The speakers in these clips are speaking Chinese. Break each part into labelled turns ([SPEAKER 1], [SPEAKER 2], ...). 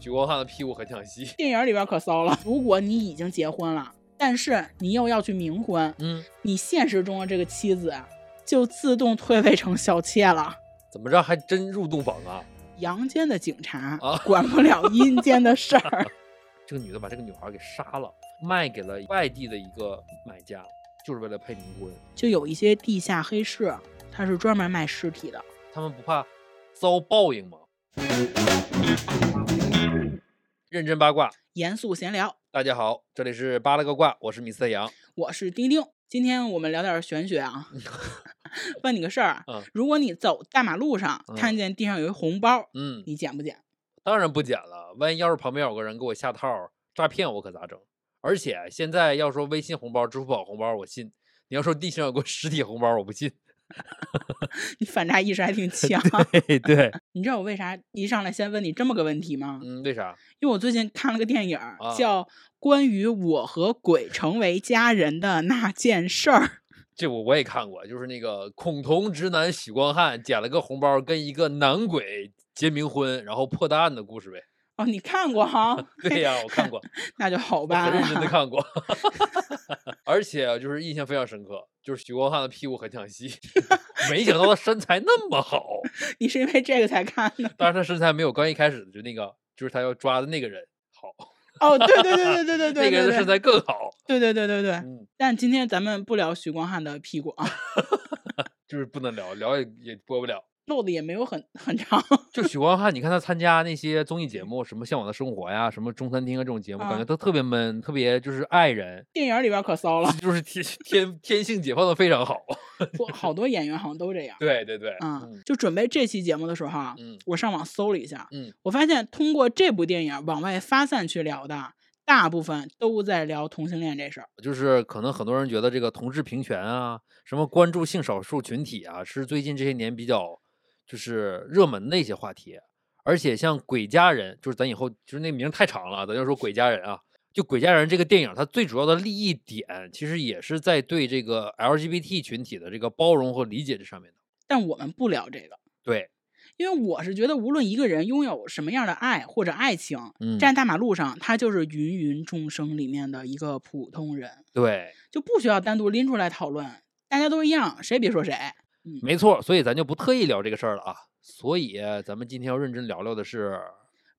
[SPEAKER 1] 举光汉的屁股很想吸。
[SPEAKER 2] 电影里边可骚了。如果你已经结婚了，但是你又要去冥婚，
[SPEAKER 1] 嗯，
[SPEAKER 2] 你现实中的这个妻子啊就自动退位成小妾了。
[SPEAKER 1] 怎么着还真入洞房啊？
[SPEAKER 2] 阳间的警察
[SPEAKER 1] 啊
[SPEAKER 2] 管不了阴间的事儿。
[SPEAKER 1] 这个女的把这个女孩给杀了，卖给了外地的一个买家，就是为了配冥婚。
[SPEAKER 2] 就有一些地下黑市，它是专门卖尸体的。
[SPEAKER 1] 他们不怕遭报应吗？认真八卦，
[SPEAKER 2] 严肃闲聊，
[SPEAKER 1] 大家好，这里是八了个卦，我是米斯特杨。
[SPEAKER 2] 我是丁丁。今天我们聊点玄学 啊。问你个事儿啊
[SPEAKER 1] 嗯，
[SPEAKER 2] 如果你走大马路上
[SPEAKER 1] 嗯
[SPEAKER 2] 看见地上有一红包，
[SPEAKER 1] 嗯，
[SPEAKER 2] 你捡不捡？
[SPEAKER 1] 当然不捡了，万一要是旁边有个人给我下套儿诈骗，我可咋整？而且现在要说微信红包、支付宝红包，我信；你要说地上有个实体红包，我不信。
[SPEAKER 2] 你反诈意识还挺 强。啊
[SPEAKER 1] 对对，
[SPEAKER 2] 你知道我为啥一上来先问你这么个问题吗？
[SPEAKER 1] 嗯，为啥？
[SPEAKER 2] 因为我最近看了个电影儿，
[SPEAKER 1] 啊
[SPEAKER 2] 叫《关于我和鬼成为家人的那件事儿》。
[SPEAKER 1] 这我我也看过，就是那个恐同直男许光汉捡了个红包，跟一个男鬼结冥婚，然后破大案的故事呗。？
[SPEAKER 2] 哦，你看过哈
[SPEAKER 1] 对呀、我看 过，
[SPEAKER 2] 那就好
[SPEAKER 1] 我
[SPEAKER 2] 吧
[SPEAKER 1] 很。认真的看 过，而且啊就是印象非常深刻，就是许光汉的屁股很抢戏， 没想到他身材那么好，
[SPEAKER 2] 你是因为这个才看的？
[SPEAKER 1] 当然他身材没有刚一开始的就那个，就是他要抓的那个人好，
[SPEAKER 2] 哦，对对对对对对
[SPEAKER 1] 那
[SPEAKER 2] 对
[SPEAKER 1] 个人的
[SPEAKER 2] 对
[SPEAKER 1] 身
[SPEAKER 2] 对，
[SPEAKER 1] 材更好，
[SPEAKER 2] 对对对对对。
[SPEAKER 1] 嗯，
[SPEAKER 2] 但今天咱们不聊许光汉的屁股啊，
[SPEAKER 1] 就是不能聊，聊也也播不了。
[SPEAKER 2] 露的也没有很很长。
[SPEAKER 1] 就许光汉，你看他参加那些综艺节目，什么《向往的生活》呀，什么《中餐厅》啊这种节目，感
[SPEAKER 2] 啊
[SPEAKER 1] 觉都特别闷，特别就是爱人，，
[SPEAKER 2] 电影里边可骚了
[SPEAKER 1] 就是天天天性解放的非常好。
[SPEAKER 2] 我好多演员好像都这样。
[SPEAKER 1] 对对对，
[SPEAKER 2] 啊、
[SPEAKER 1] 嗯
[SPEAKER 2] 就准备这期节目的时候啊，
[SPEAKER 1] 嗯
[SPEAKER 2] 我上网搜了一下，
[SPEAKER 1] 嗯，
[SPEAKER 2] 我发现通过这部电影往外发散去聊的，大部分都在聊同性恋这事儿。
[SPEAKER 1] 就是可能很多人觉得这个同志平权啊，什么关注性少数群体啊，是最近这些年比较就是热门的一些话题。而且像《鬼家人》，就是咱以后就是那名儿太长了，咱就说《鬼家人》啊。就《鬼家人》这个电影，它最主要的利益点，其实也是在对这个 LGBT 群体的这个包容和理解这上面的。
[SPEAKER 2] 但我们不聊这个，
[SPEAKER 1] 对，
[SPEAKER 2] 因为我是觉得，无论一个人拥有什么样的爱或者爱情，
[SPEAKER 1] 嗯，
[SPEAKER 2] 站大马路上，他就是芸芸众生里面的一个普通人，
[SPEAKER 1] 对，
[SPEAKER 2] 就不需要单独拎出来讨论，大家都一样，谁别说谁。嗯，
[SPEAKER 1] 没错。所以咱就不特意聊这个事儿了啊。所以咱们今天要认真聊聊的是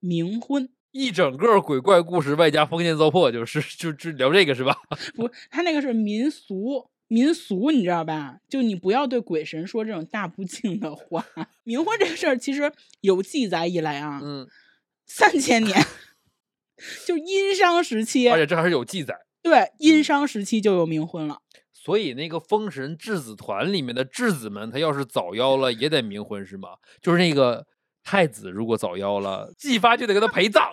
[SPEAKER 2] 冥婚
[SPEAKER 1] 一整个鬼怪故事，外加封建糟粕，就是就就聊这个是吧？
[SPEAKER 2] 不，他那个是民俗。民俗你知道吧？就你不要对鬼神说这种大不敬的话。冥婚这事儿其实有记载以来啊，
[SPEAKER 1] 嗯，
[SPEAKER 2] 三千年， 就殷商时 期，
[SPEAKER 1] 而且这还是有记载。
[SPEAKER 2] 对，
[SPEAKER 1] 哎嗯
[SPEAKER 2] 殷商时期就有冥婚了。
[SPEAKER 1] 所以那个《封神质子团》里面的质子们，他要是早夭了，也得冥婚是吗？就是那个太子如果早夭了，姬发就得给他陪葬。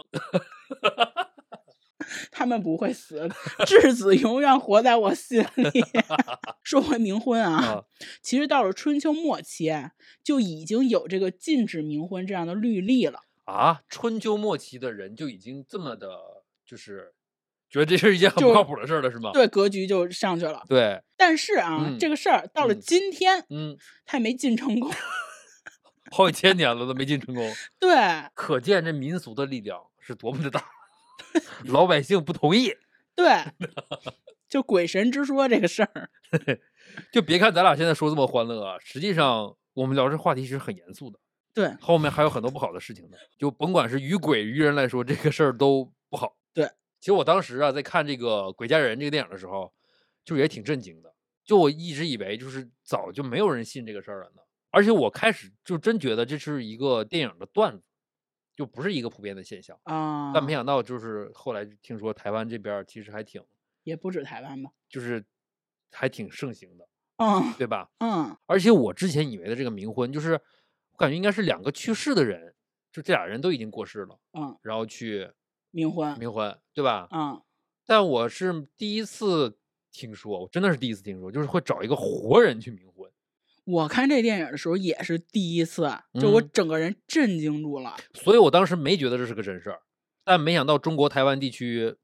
[SPEAKER 2] 他们不会死的，质子永远活在我心里。 说回冥婚 啊
[SPEAKER 1] 啊，
[SPEAKER 2] 其实到了春秋末期，啊就已经有这个禁止冥婚这样的律例了。
[SPEAKER 1] 啊，春秋末期的人就已经这么的，就是觉得这是一件很
[SPEAKER 2] 就
[SPEAKER 1] 不靠谱的事儿了，是吗？
[SPEAKER 2] 对，格局就上去了。
[SPEAKER 1] 对，
[SPEAKER 2] 但是啊，
[SPEAKER 1] 嗯
[SPEAKER 2] 这个事儿到了
[SPEAKER 1] 嗯
[SPEAKER 2] 今天，
[SPEAKER 1] 嗯，
[SPEAKER 2] 他也没禁 成功。
[SPEAKER 1] 好几千年了都没进成 功，
[SPEAKER 2] 对，
[SPEAKER 1] 可见这民俗的力量是多么的大。 老百姓不同意，
[SPEAKER 2] 对， 就鬼神之说这个事儿，
[SPEAKER 1] 就别看咱俩现在说这么欢乐啊，实际上我们聊这话题是很严肃的，
[SPEAKER 2] 对
[SPEAKER 1] 后面还有很多不好的事 情呢。就甭管是于鬼于人来说，这个事儿都不好。
[SPEAKER 2] 对，
[SPEAKER 1] 其实我当时啊，在看这个《鬼家人》这个电影的时候，就也挺震惊的。就我一直以为就是早就没有人信这个事儿了呢，而且我开始就真觉得这是一个电影的段子，就不是一个普遍的现象。
[SPEAKER 2] 啊，
[SPEAKER 1] 但没想到就是后来听说台湾这边儿其实还挺
[SPEAKER 2] 也不止台湾吧？
[SPEAKER 1] 就是还挺盛行的，
[SPEAKER 2] 嗯
[SPEAKER 1] 对吧？
[SPEAKER 2] 嗯，
[SPEAKER 1] 而且我之前以为的这个冥婚，就是我感觉应该是两个去世的人，就这俩人都已经过世了，
[SPEAKER 2] 嗯，
[SPEAKER 1] 然后去
[SPEAKER 2] 冥婚，
[SPEAKER 1] 冥婚，对吧？
[SPEAKER 2] 嗯，
[SPEAKER 1] 但我是第一次听说，我真的是第一次听说，就是会找一个活人去冥婚。
[SPEAKER 2] 我看这电影的时候也是第一次，就我
[SPEAKER 1] 嗯
[SPEAKER 2] 整个人震惊住了。
[SPEAKER 1] 所以我当时没觉得这是个真事儿，但没想到中国台湾地区，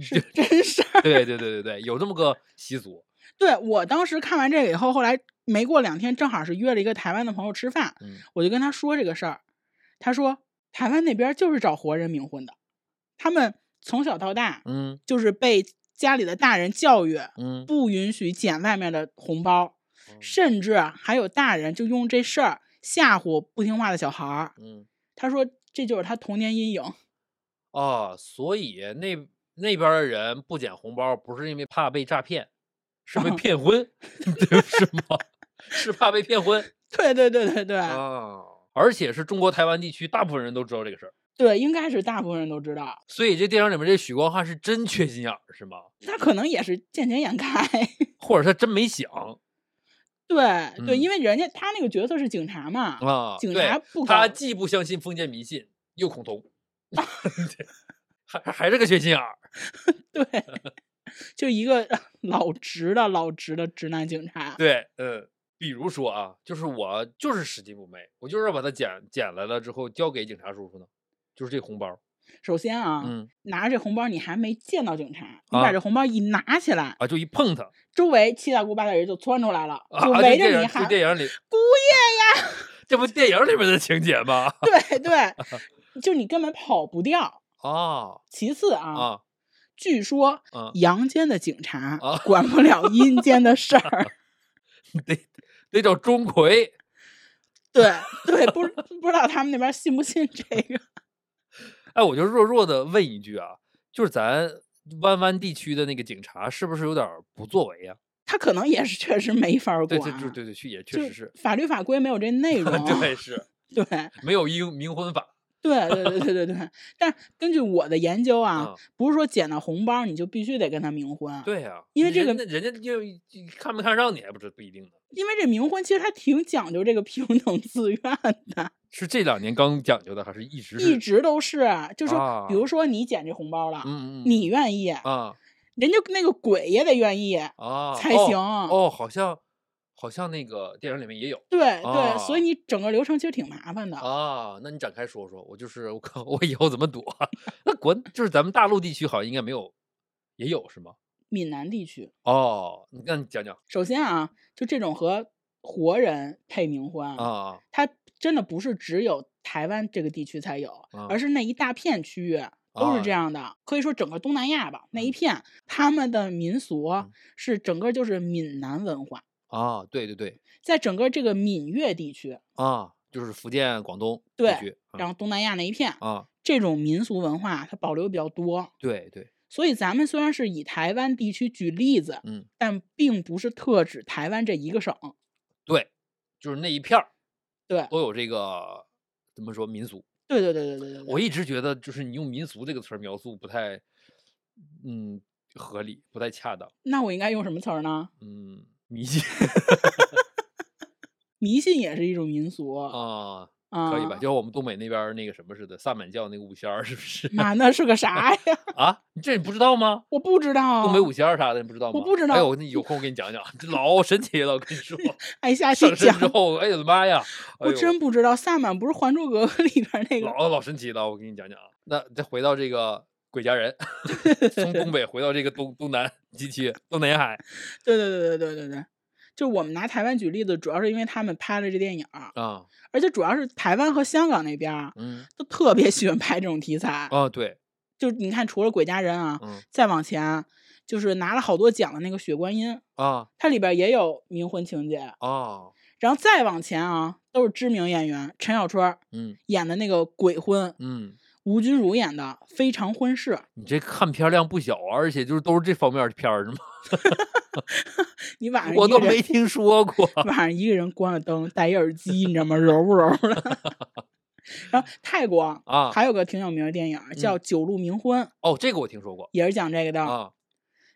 [SPEAKER 2] 是真事儿。
[SPEAKER 1] 对对对对对，有这么个习俗。
[SPEAKER 2] 对我当时看完这个以后，后来没过两天，正好是约了一个台湾的朋友吃饭，
[SPEAKER 1] 嗯
[SPEAKER 2] 我就跟他说这个事儿，他说。台湾那边就是找活人冥婚的，他们从小到大
[SPEAKER 1] 嗯
[SPEAKER 2] 就是被家里的大人教育，
[SPEAKER 1] 嗯，
[SPEAKER 2] 不允许捡外面的红
[SPEAKER 1] 哦
[SPEAKER 2] 包，甚至啊还有大人就用这事儿吓唬不听话的小孩儿。
[SPEAKER 1] 嗯
[SPEAKER 2] 他说这就是他童年阴影。
[SPEAKER 1] 哦，所以那那边儿的人不捡红包，不是因为怕被诈骗，是被
[SPEAKER 2] 啊
[SPEAKER 1] 骗 婚，对是吗？ 是怕被骗婚
[SPEAKER 2] 对对对对对、
[SPEAKER 1] 啊，而且是中国台湾地区大部分人都知道这个事儿，
[SPEAKER 2] 对，应该是大部分人都知道，
[SPEAKER 1] 所以这电影里面这许光汉是真缺心眼儿是吗？
[SPEAKER 2] 他可能也是见钱眼开。
[SPEAKER 1] 或者他真没想
[SPEAKER 2] 啊对对，
[SPEAKER 1] 嗯
[SPEAKER 2] 因为人家他那个角色是警察嘛，
[SPEAKER 1] 啊？
[SPEAKER 2] 警
[SPEAKER 1] 对
[SPEAKER 2] 察不
[SPEAKER 1] 他
[SPEAKER 2] 搞
[SPEAKER 1] 既不相信封建迷信，又恐同， 对还还是个缺心眼儿。
[SPEAKER 2] 对， 就一个 老直的老直的直男警察。
[SPEAKER 1] 对，嗯，比如说啊，就是我就是拾金不昧，我就是要把它捡捡来了之后交给警察叔叔呢，就是这红包儿，
[SPEAKER 2] 首先啊，
[SPEAKER 1] 嗯
[SPEAKER 2] 拿着这红包你还没见到警察，你
[SPEAKER 1] 啊
[SPEAKER 2] 把这红包一拿起来，
[SPEAKER 1] 啊，就一碰它，
[SPEAKER 2] 周围七大姑八大姨就窜出来了，
[SPEAKER 1] 啊，
[SPEAKER 2] 就
[SPEAKER 1] 啊
[SPEAKER 2] 围
[SPEAKER 1] 就电
[SPEAKER 2] 着你
[SPEAKER 1] 影
[SPEAKER 2] 喊
[SPEAKER 1] 就电影里，
[SPEAKER 2] “姑爷
[SPEAKER 1] 这不电影里边的情节吗？”，
[SPEAKER 2] 对对，就你根本跑不掉。
[SPEAKER 1] 啊
[SPEAKER 2] 其次啊，
[SPEAKER 1] 啊
[SPEAKER 2] 据说
[SPEAKER 1] 啊，
[SPEAKER 2] 阳间的警察
[SPEAKER 1] 啊
[SPEAKER 2] 管不了阴间的事儿。
[SPEAKER 1] 得得找钟馗，
[SPEAKER 2] 对对，不知不知道他们那边信不信这个？
[SPEAKER 1] 哎，我就弱弱的问一句啊，就是咱湾湾地区的那个警察是不是有点儿不作为呀、
[SPEAKER 2] 他可能也是确实没法儿
[SPEAKER 1] 对
[SPEAKER 2] 管，啊
[SPEAKER 1] 对对对对，去也确
[SPEAKER 2] 就哦
[SPEAKER 1] 实是，
[SPEAKER 2] 法律法规没有这内容。
[SPEAKER 1] 对是
[SPEAKER 2] 对
[SPEAKER 1] 没有英冥婚法
[SPEAKER 2] 对对对对对对。但根据我的研究啊，
[SPEAKER 1] 啊，
[SPEAKER 2] 不是说捡到红包你就必须得跟他冥婚，
[SPEAKER 1] 对呀、啊，
[SPEAKER 2] 因为这
[SPEAKER 1] 人
[SPEAKER 2] 个
[SPEAKER 1] 家人家就就看没看上你还不是不一定呢。
[SPEAKER 2] 因为这冥婚其实它挺讲究这个平等自愿的，
[SPEAKER 1] 是这两年刚讲究的，还是一直是
[SPEAKER 2] 一直都是啊，就是说比
[SPEAKER 1] 啊
[SPEAKER 2] 如说你捡这红包了，
[SPEAKER 1] 嗯嗯嗯
[SPEAKER 2] 你愿意，
[SPEAKER 1] 啊
[SPEAKER 2] 人家那个鬼也得愿意。
[SPEAKER 1] 啊
[SPEAKER 2] 才
[SPEAKER 1] 哦
[SPEAKER 2] 行
[SPEAKER 1] 哦，好像好像那个电影里面也有
[SPEAKER 2] 对对，所以
[SPEAKER 1] 啊
[SPEAKER 2] 你整个流程其实挺麻烦的。
[SPEAKER 1] 啊。那你展开说说，我就是我靠，我以后怎么躲？啊 那国就是咱们大陆地区好像应该没有，也有是吗？
[SPEAKER 2] 闽南地区，
[SPEAKER 1] 哦，你那你讲讲
[SPEAKER 2] 首先啊，就这种和活人配冥婚，
[SPEAKER 1] 啊
[SPEAKER 2] 它真的不是只有台湾这个地区才有，
[SPEAKER 1] 啊
[SPEAKER 2] 而是那一大片区域都是这
[SPEAKER 1] 啊
[SPEAKER 2] 样的。可以说整个东南亚吧，那
[SPEAKER 1] 嗯
[SPEAKER 2] 一片他们的民俗
[SPEAKER 1] 嗯
[SPEAKER 2] 是整个就是闽南文化，
[SPEAKER 1] 啊，对对对
[SPEAKER 2] 在整个这个闽粤地区，
[SPEAKER 1] 啊，就是福建、广东
[SPEAKER 2] 对
[SPEAKER 1] 地区，
[SPEAKER 2] 然
[SPEAKER 1] 后
[SPEAKER 2] 后东南亚那一片，
[SPEAKER 1] 啊，
[SPEAKER 2] 这种民俗文化它保留比较多。
[SPEAKER 1] 对对，
[SPEAKER 2] 所以咱们虽然是以台湾地区举例子，
[SPEAKER 1] 嗯
[SPEAKER 2] 但并不是特指台湾这一个省。
[SPEAKER 1] 对，就是那一片儿
[SPEAKER 2] 对，
[SPEAKER 1] 都有这个怎么说民俗。
[SPEAKER 2] 对对对对对对对。
[SPEAKER 1] 我一直觉得，就是你用“民俗”这个词儿描述不太，嗯，合理，不太恰当，
[SPEAKER 2] 那我应该用什么词儿呢？
[SPEAKER 1] 嗯，迷信
[SPEAKER 2] 迷信也是一种民俗啊，
[SPEAKER 1] 啊，可以吧？就像我们东北那边儿那个什么似的，萨满教那个五仙儿，是不是？
[SPEAKER 2] 妈，那是个啥呀？
[SPEAKER 1] 啊，你这你不知道吗？
[SPEAKER 2] 我不知道。
[SPEAKER 1] 东北五仙儿啥的，你不知道吗？
[SPEAKER 2] 啊我不知
[SPEAKER 1] 哎
[SPEAKER 2] 道
[SPEAKER 1] 呦，我那有空我给你讲讲，这老神奇了，我 跟你说，
[SPEAKER 2] 哎，下期
[SPEAKER 1] 上身之
[SPEAKER 2] 讲。
[SPEAKER 1] 后，哎呦我的妈呀，哎
[SPEAKER 2] 我
[SPEAKER 1] 呦
[SPEAKER 2] 真不知道，萨满不是《还珠格 格》里边那个？
[SPEAKER 1] 老老神奇了，我跟你讲讲啊。那再回到这个鬼家 人，从东北回到这个东东南地区，东南沿海
[SPEAKER 2] 对对对对对对对。就我们拿台湾举例子，主要是因为他们拍了这电影儿，
[SPEAKER 1] 啊，
[SPEAKER 2] 而且主要是台湾和香港那边儿
[SPEAKER 1] 嗯
[SPEAKER 2] 都特别喜欢拍这种题材。
[SPEAKER 1] 啊，对，
[SPEAKER 2] 就你看，除了《鬼家人》啊，
[SPEAKER 1] 嗯
[SPEAKER 2] 再往前就是拿了好多奖的那个《血观音》，
[SPEAKER 1] 啊
[SPEAKER 2] 它里边也有冥婚情节。
[SPEAKER 1] 啊，
[SPEAKER 2] 然后再往前啊，都是知名演员，陈小春儿
[SPEAKER 1] 嗯
[SPEAKER 2] 演的那个《鬼婚》，
[SPEAKER 1] 嗯。
[SPEAKER 2] 吴君如演的《非常婚事》。
[SPEAKER 1] 你这看片儿量不小啊，而且就是都是这方面儿的片儿是吗？
[SPEAKER 2] 你晚上
[SPEAKER 1] 我
[SPEAKER 2] 一个
[SPEAKER 1] 都
[SPEAKER 2] 人
[SPEAKER 1] 没听说过
[SPEAKER 2] 晚上一个人关了灯，戴一耳机，你知道吗？揉不揉的。 然后泰国
[SPEAKER 1] 啊。嗯
[SPEAKER 2] 还有个挺有名的电影叫《九路冥婚》，
[SPEAKER 1] 哦，这个我听说过
[SPEAKER 2] 也是讲这个的。
[SPEAKER 1] 啊。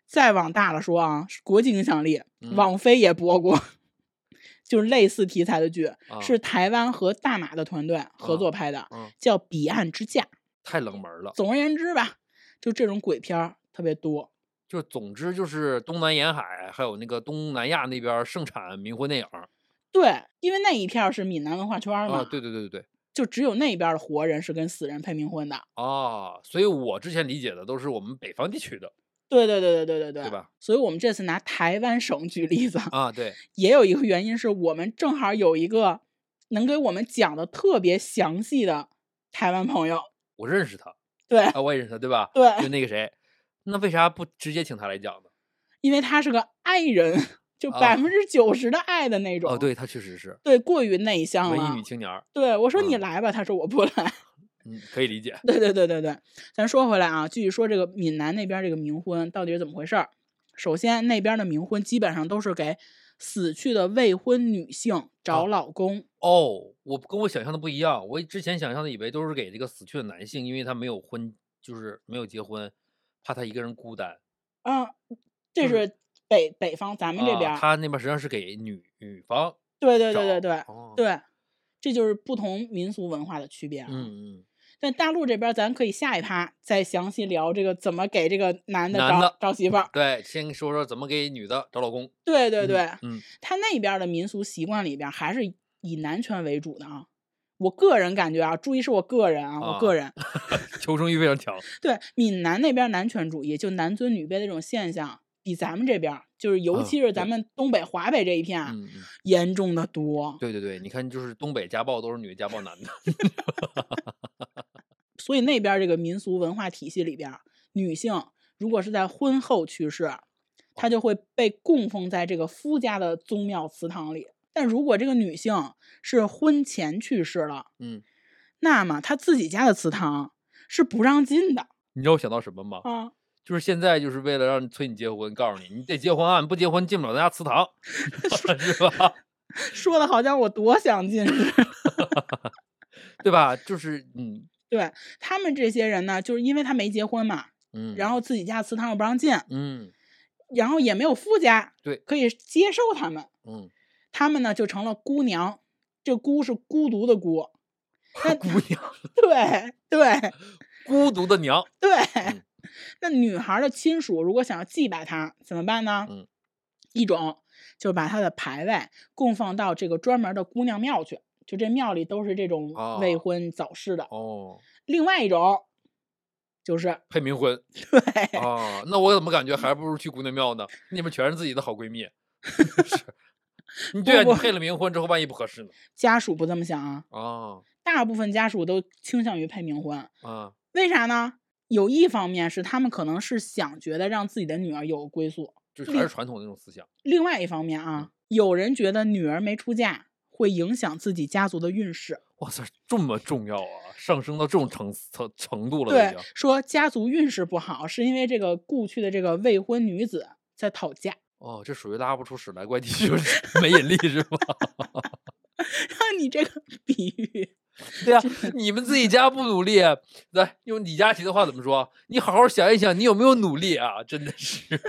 [SPEAKER 2] 再往大了说啊，是国际影响力，
[SPEAKER 1] 嗯
[SPEAKER 2] 网飞也播过， 就是类似题材的剧，
[SPEAKER 1] 啊
[SPEAKER 2] 是台湾和大马的团
[SPEAKER 1] 嗯
[SPEAKER 2] 队合作拍的，
[SPEAKER 1] 啊
[SPEAKER 2] 叫《彼岸之嫁》。
[SPEAKER 1] 太冷门儿了，
[SPEAKER 2] 总而言之吧，就这种鬼片儿特别多。
[SPEAKER 1] 就总之就是东南沿海还有那个东南亚那边儿盛产冥婚电影儿
[SPEAKER 2] 对，因为那一片儿是闽南文化圈儿嘛，
[SPEAKER 1] 啊，对对对对对
[SPEAKER 2] 就只有那一边儿的活人是跟死人配冥婚的。
[SPEAKER 1] 啊，所以我之前理解的都是我们北方地区的
[SPEAKER 2] 对对对对对对对，
[SPEAKER 1] 对吧？
[SPEAKER 2] 所以我们这次拿台湾省举例 子，
[SPEAKER 1] 啊，对
[SPEAKER 2] 也有一个原因是我们正好有一个能给我们讲的特别详细的台湾朋友，
[SPEAKER 1] 我认识他，
[SPEAKER 2] 对
[SPEAKER 1] 啊，我也认识他，对吧？
[SPEAKER 2] 对
[SPEAKER 1] 就那个谁，那为啥不直接请他来讲呢？
[SPEAKER 2] 因为他是个爱人，就
[SPEAKER 1] 啊
[SPEAKER 2] 百分之九十的爱的那种。啊
[SPEAKER 1] 哦，对他确实是
[SPEAKER 2] 对，过于内向
[SPEAKER 1] 文艺
[SPEAKER 2] 了
[SPEAKER 1] 女。青年儿，
[SPEAKER 2] 对，我说你
[SPEAKER 1] 嗯
[SPEAKER 2] 来吧，他说我不来。
[SPEAKER 1] 嗯，可以理解。
[SPEAKER 2] 对对对对对，咱说回来啊，继续说这个闽南那边这个冥婚到底是怎么回事儿。首先，那边的冥婚基本上都是给死去的未婚女性找
[SPEAKER 1] 啊
[SPEAKER 2] 老公。
[SPEAKER 1] 哦，我跟我想象的不一样，我之前想象的以为都是给这个死去的男性，因为他没有婚，就是没有结婚，怕他一个人孤单。
[SPEAKER 2] 嗯，这
[SPEAKER 1] 就是
[SPEAKER 2] 是北北方，咱们这
[SPEAKER 1] 啊
[SPEAKER 2] 边儿。
[SPEAKER 1] 他那边实际上是给女女方
[SPEAKER 2] 对对
[SPEAKER 1] 找。
[SPEAKER 2] 对对对
[SPEAKER 1] 哦、，
[SPEAKER 2] 对，这就是不同民俗文化的区别啊。
[SPEAKER 1] 嗯嗯，
[SPEAKER 2] 但大陆这边儿咱可以下一趴再详细聊这个怎么给这个男的
[SPEAKER 1] 男
[SPEAKER 2] 找
[SPEAKER 1] 的
[SPEAKER 2] 找媳妇儿。
[SPEAKER 1] 嗯对，先说说怎么给女的找老公。
[SPEAKER 2] 对啊对对，
[SPEAKER 1] 嗯，嗯，
[SPEAKER 2] 他那边儿的民俗习惯里边儿还是以男权为主的啊。我个人感觉啊，注意是我个人啊，我个
[SPEAKER 1] 啊
[SPEAKER 2] 人
[SPEAKER 1] 求生欲非常强。
[SPEAKER 2] 对闽南那边儿男权主义，就男尊女卑的这种现象，比咱们这边儿就是尤
[SPEAKER 1] 啊
[SPEAKER 2] 其是咱
[SPEAKER 1] 对
[SPEAKER 2] 们东北、华北这一片啊，
[SPEAKER 1] 嗯嗯，
[SPEAKER 2] 严重的多。
[SPEAKER 1] 对对对，你看，就是东北家暴都是女的家暴男的。
[SPEAKER 2] 所以那边儿这个民俗文化体系里边儿，女性如果是在婚后去世，她就会被供奉在这个夫家的宗庙祠堂里。但如果这个女性是婚前去世了，
[SPEAKER 1] 嗯，
[SPEAKER 2] 那么她自己家的祠堂是不让进的
[SPEAKER 1] 你知道我想到什么吗？
[SPEAKER 2] 啊。
[SPEAKER 1] 就是现在就是为了让你催你结婚，告诉你你得结婚啊，你不结婚进不了咱家祠 堂，是吧？
[SPEAKER 2] 说的好像我多想进似的。
[SPEAKER 1] 对吧？就是嗯
[SPEAKER 2] 对 他们这些人呢，就是因为他没结婚嘛，
[SPEAKER 1] 嗯，
[SPEAKER 2] 然
[SPEAKER 1] 后
[SPEAKER 2] 后自己家祠堂又不让进，
[SPEAKER 1] 嗯
[SPEAKER 2] 然后也没有夫家
[SPEAKER 1] 对
[SPEAKER 2] 可以接受他们，
[SPEAKER 1] 嗯，
[SPEAKER 2] 他们呢就成了姑娘，这姑是孤独的孤， 那
[SPEAKER 1] 姑娘，
[SPEAKER 2] 对对
[SPEAKER 1] 孤独的娘，
[SPEAKER 2] 对
[SPEAKER 1] 嗯，
[SPEAKER 2] 那女孩的亲属如果想要祭拜她，怎么办呢？
[SPEAKER 1] 嗯
[SPEAKER 2] 一种就是把她的牌位供放到这个专门的姑娘庙去，就这庙里都是这种
[SPEAKER 1] 哦
[SPEAKER 2] 未婚早逝的。
[SPEAKER 1] 哦，
[SPEAKER 2] 另外一种就是
[SPEAKER 1] 配冥婚
[SPEAKER 2] 对、
[SPEAKER 1] 哦，那我怎么感觉还不如去姑娘庙呢？你们全是自己的好闺 蜜， 是，你对啊，
[SPEAKER 2] 不
[SPEAKER 1] 你
[SPEAKER 2] 不
[SPEAKER 1] 配了冥婚之后，万一不合适呢？
[SPEAKER 2] 家属不这么想啊，
[SPEAKER 1] 哦
[SPEAKER 2] 大部分家属都倾向于配冥婚，
[SPEAKER 1] 啊，
[SPEAKER 2] 为啥呢？有一方面是他们可能是想觉得让自己的女儿有个归宿，
[SPEAKER 1] 就还是传统的那种思想，
[SPEAKER 2] 另外一方面
[SPEAKER 1] 嗯
[SPEAKER 2] 啊，有人觉得女儿没出嫁会影响自己家族的运势，
[SPEAKER 1] 哇塞，这么重要啊，上升到这种程程程度了，都已
[SPEAKER 2] 对
[SPEAKER 1] 经，
[SPEAKER 2] 说家族运势不好是因为这个故去的这个未婚女子在讨 嫁，
[SPEAKER 1] 哦，这属于拉不出屎来怪地球没引力是 吗？
[SPEAKER 2] 你这个比喻，
[SPEAKER 1] 对呀、你们自己家不努力，来用李佳琦的话怎么说？你好好想一想，你有没有努力啊？真的是，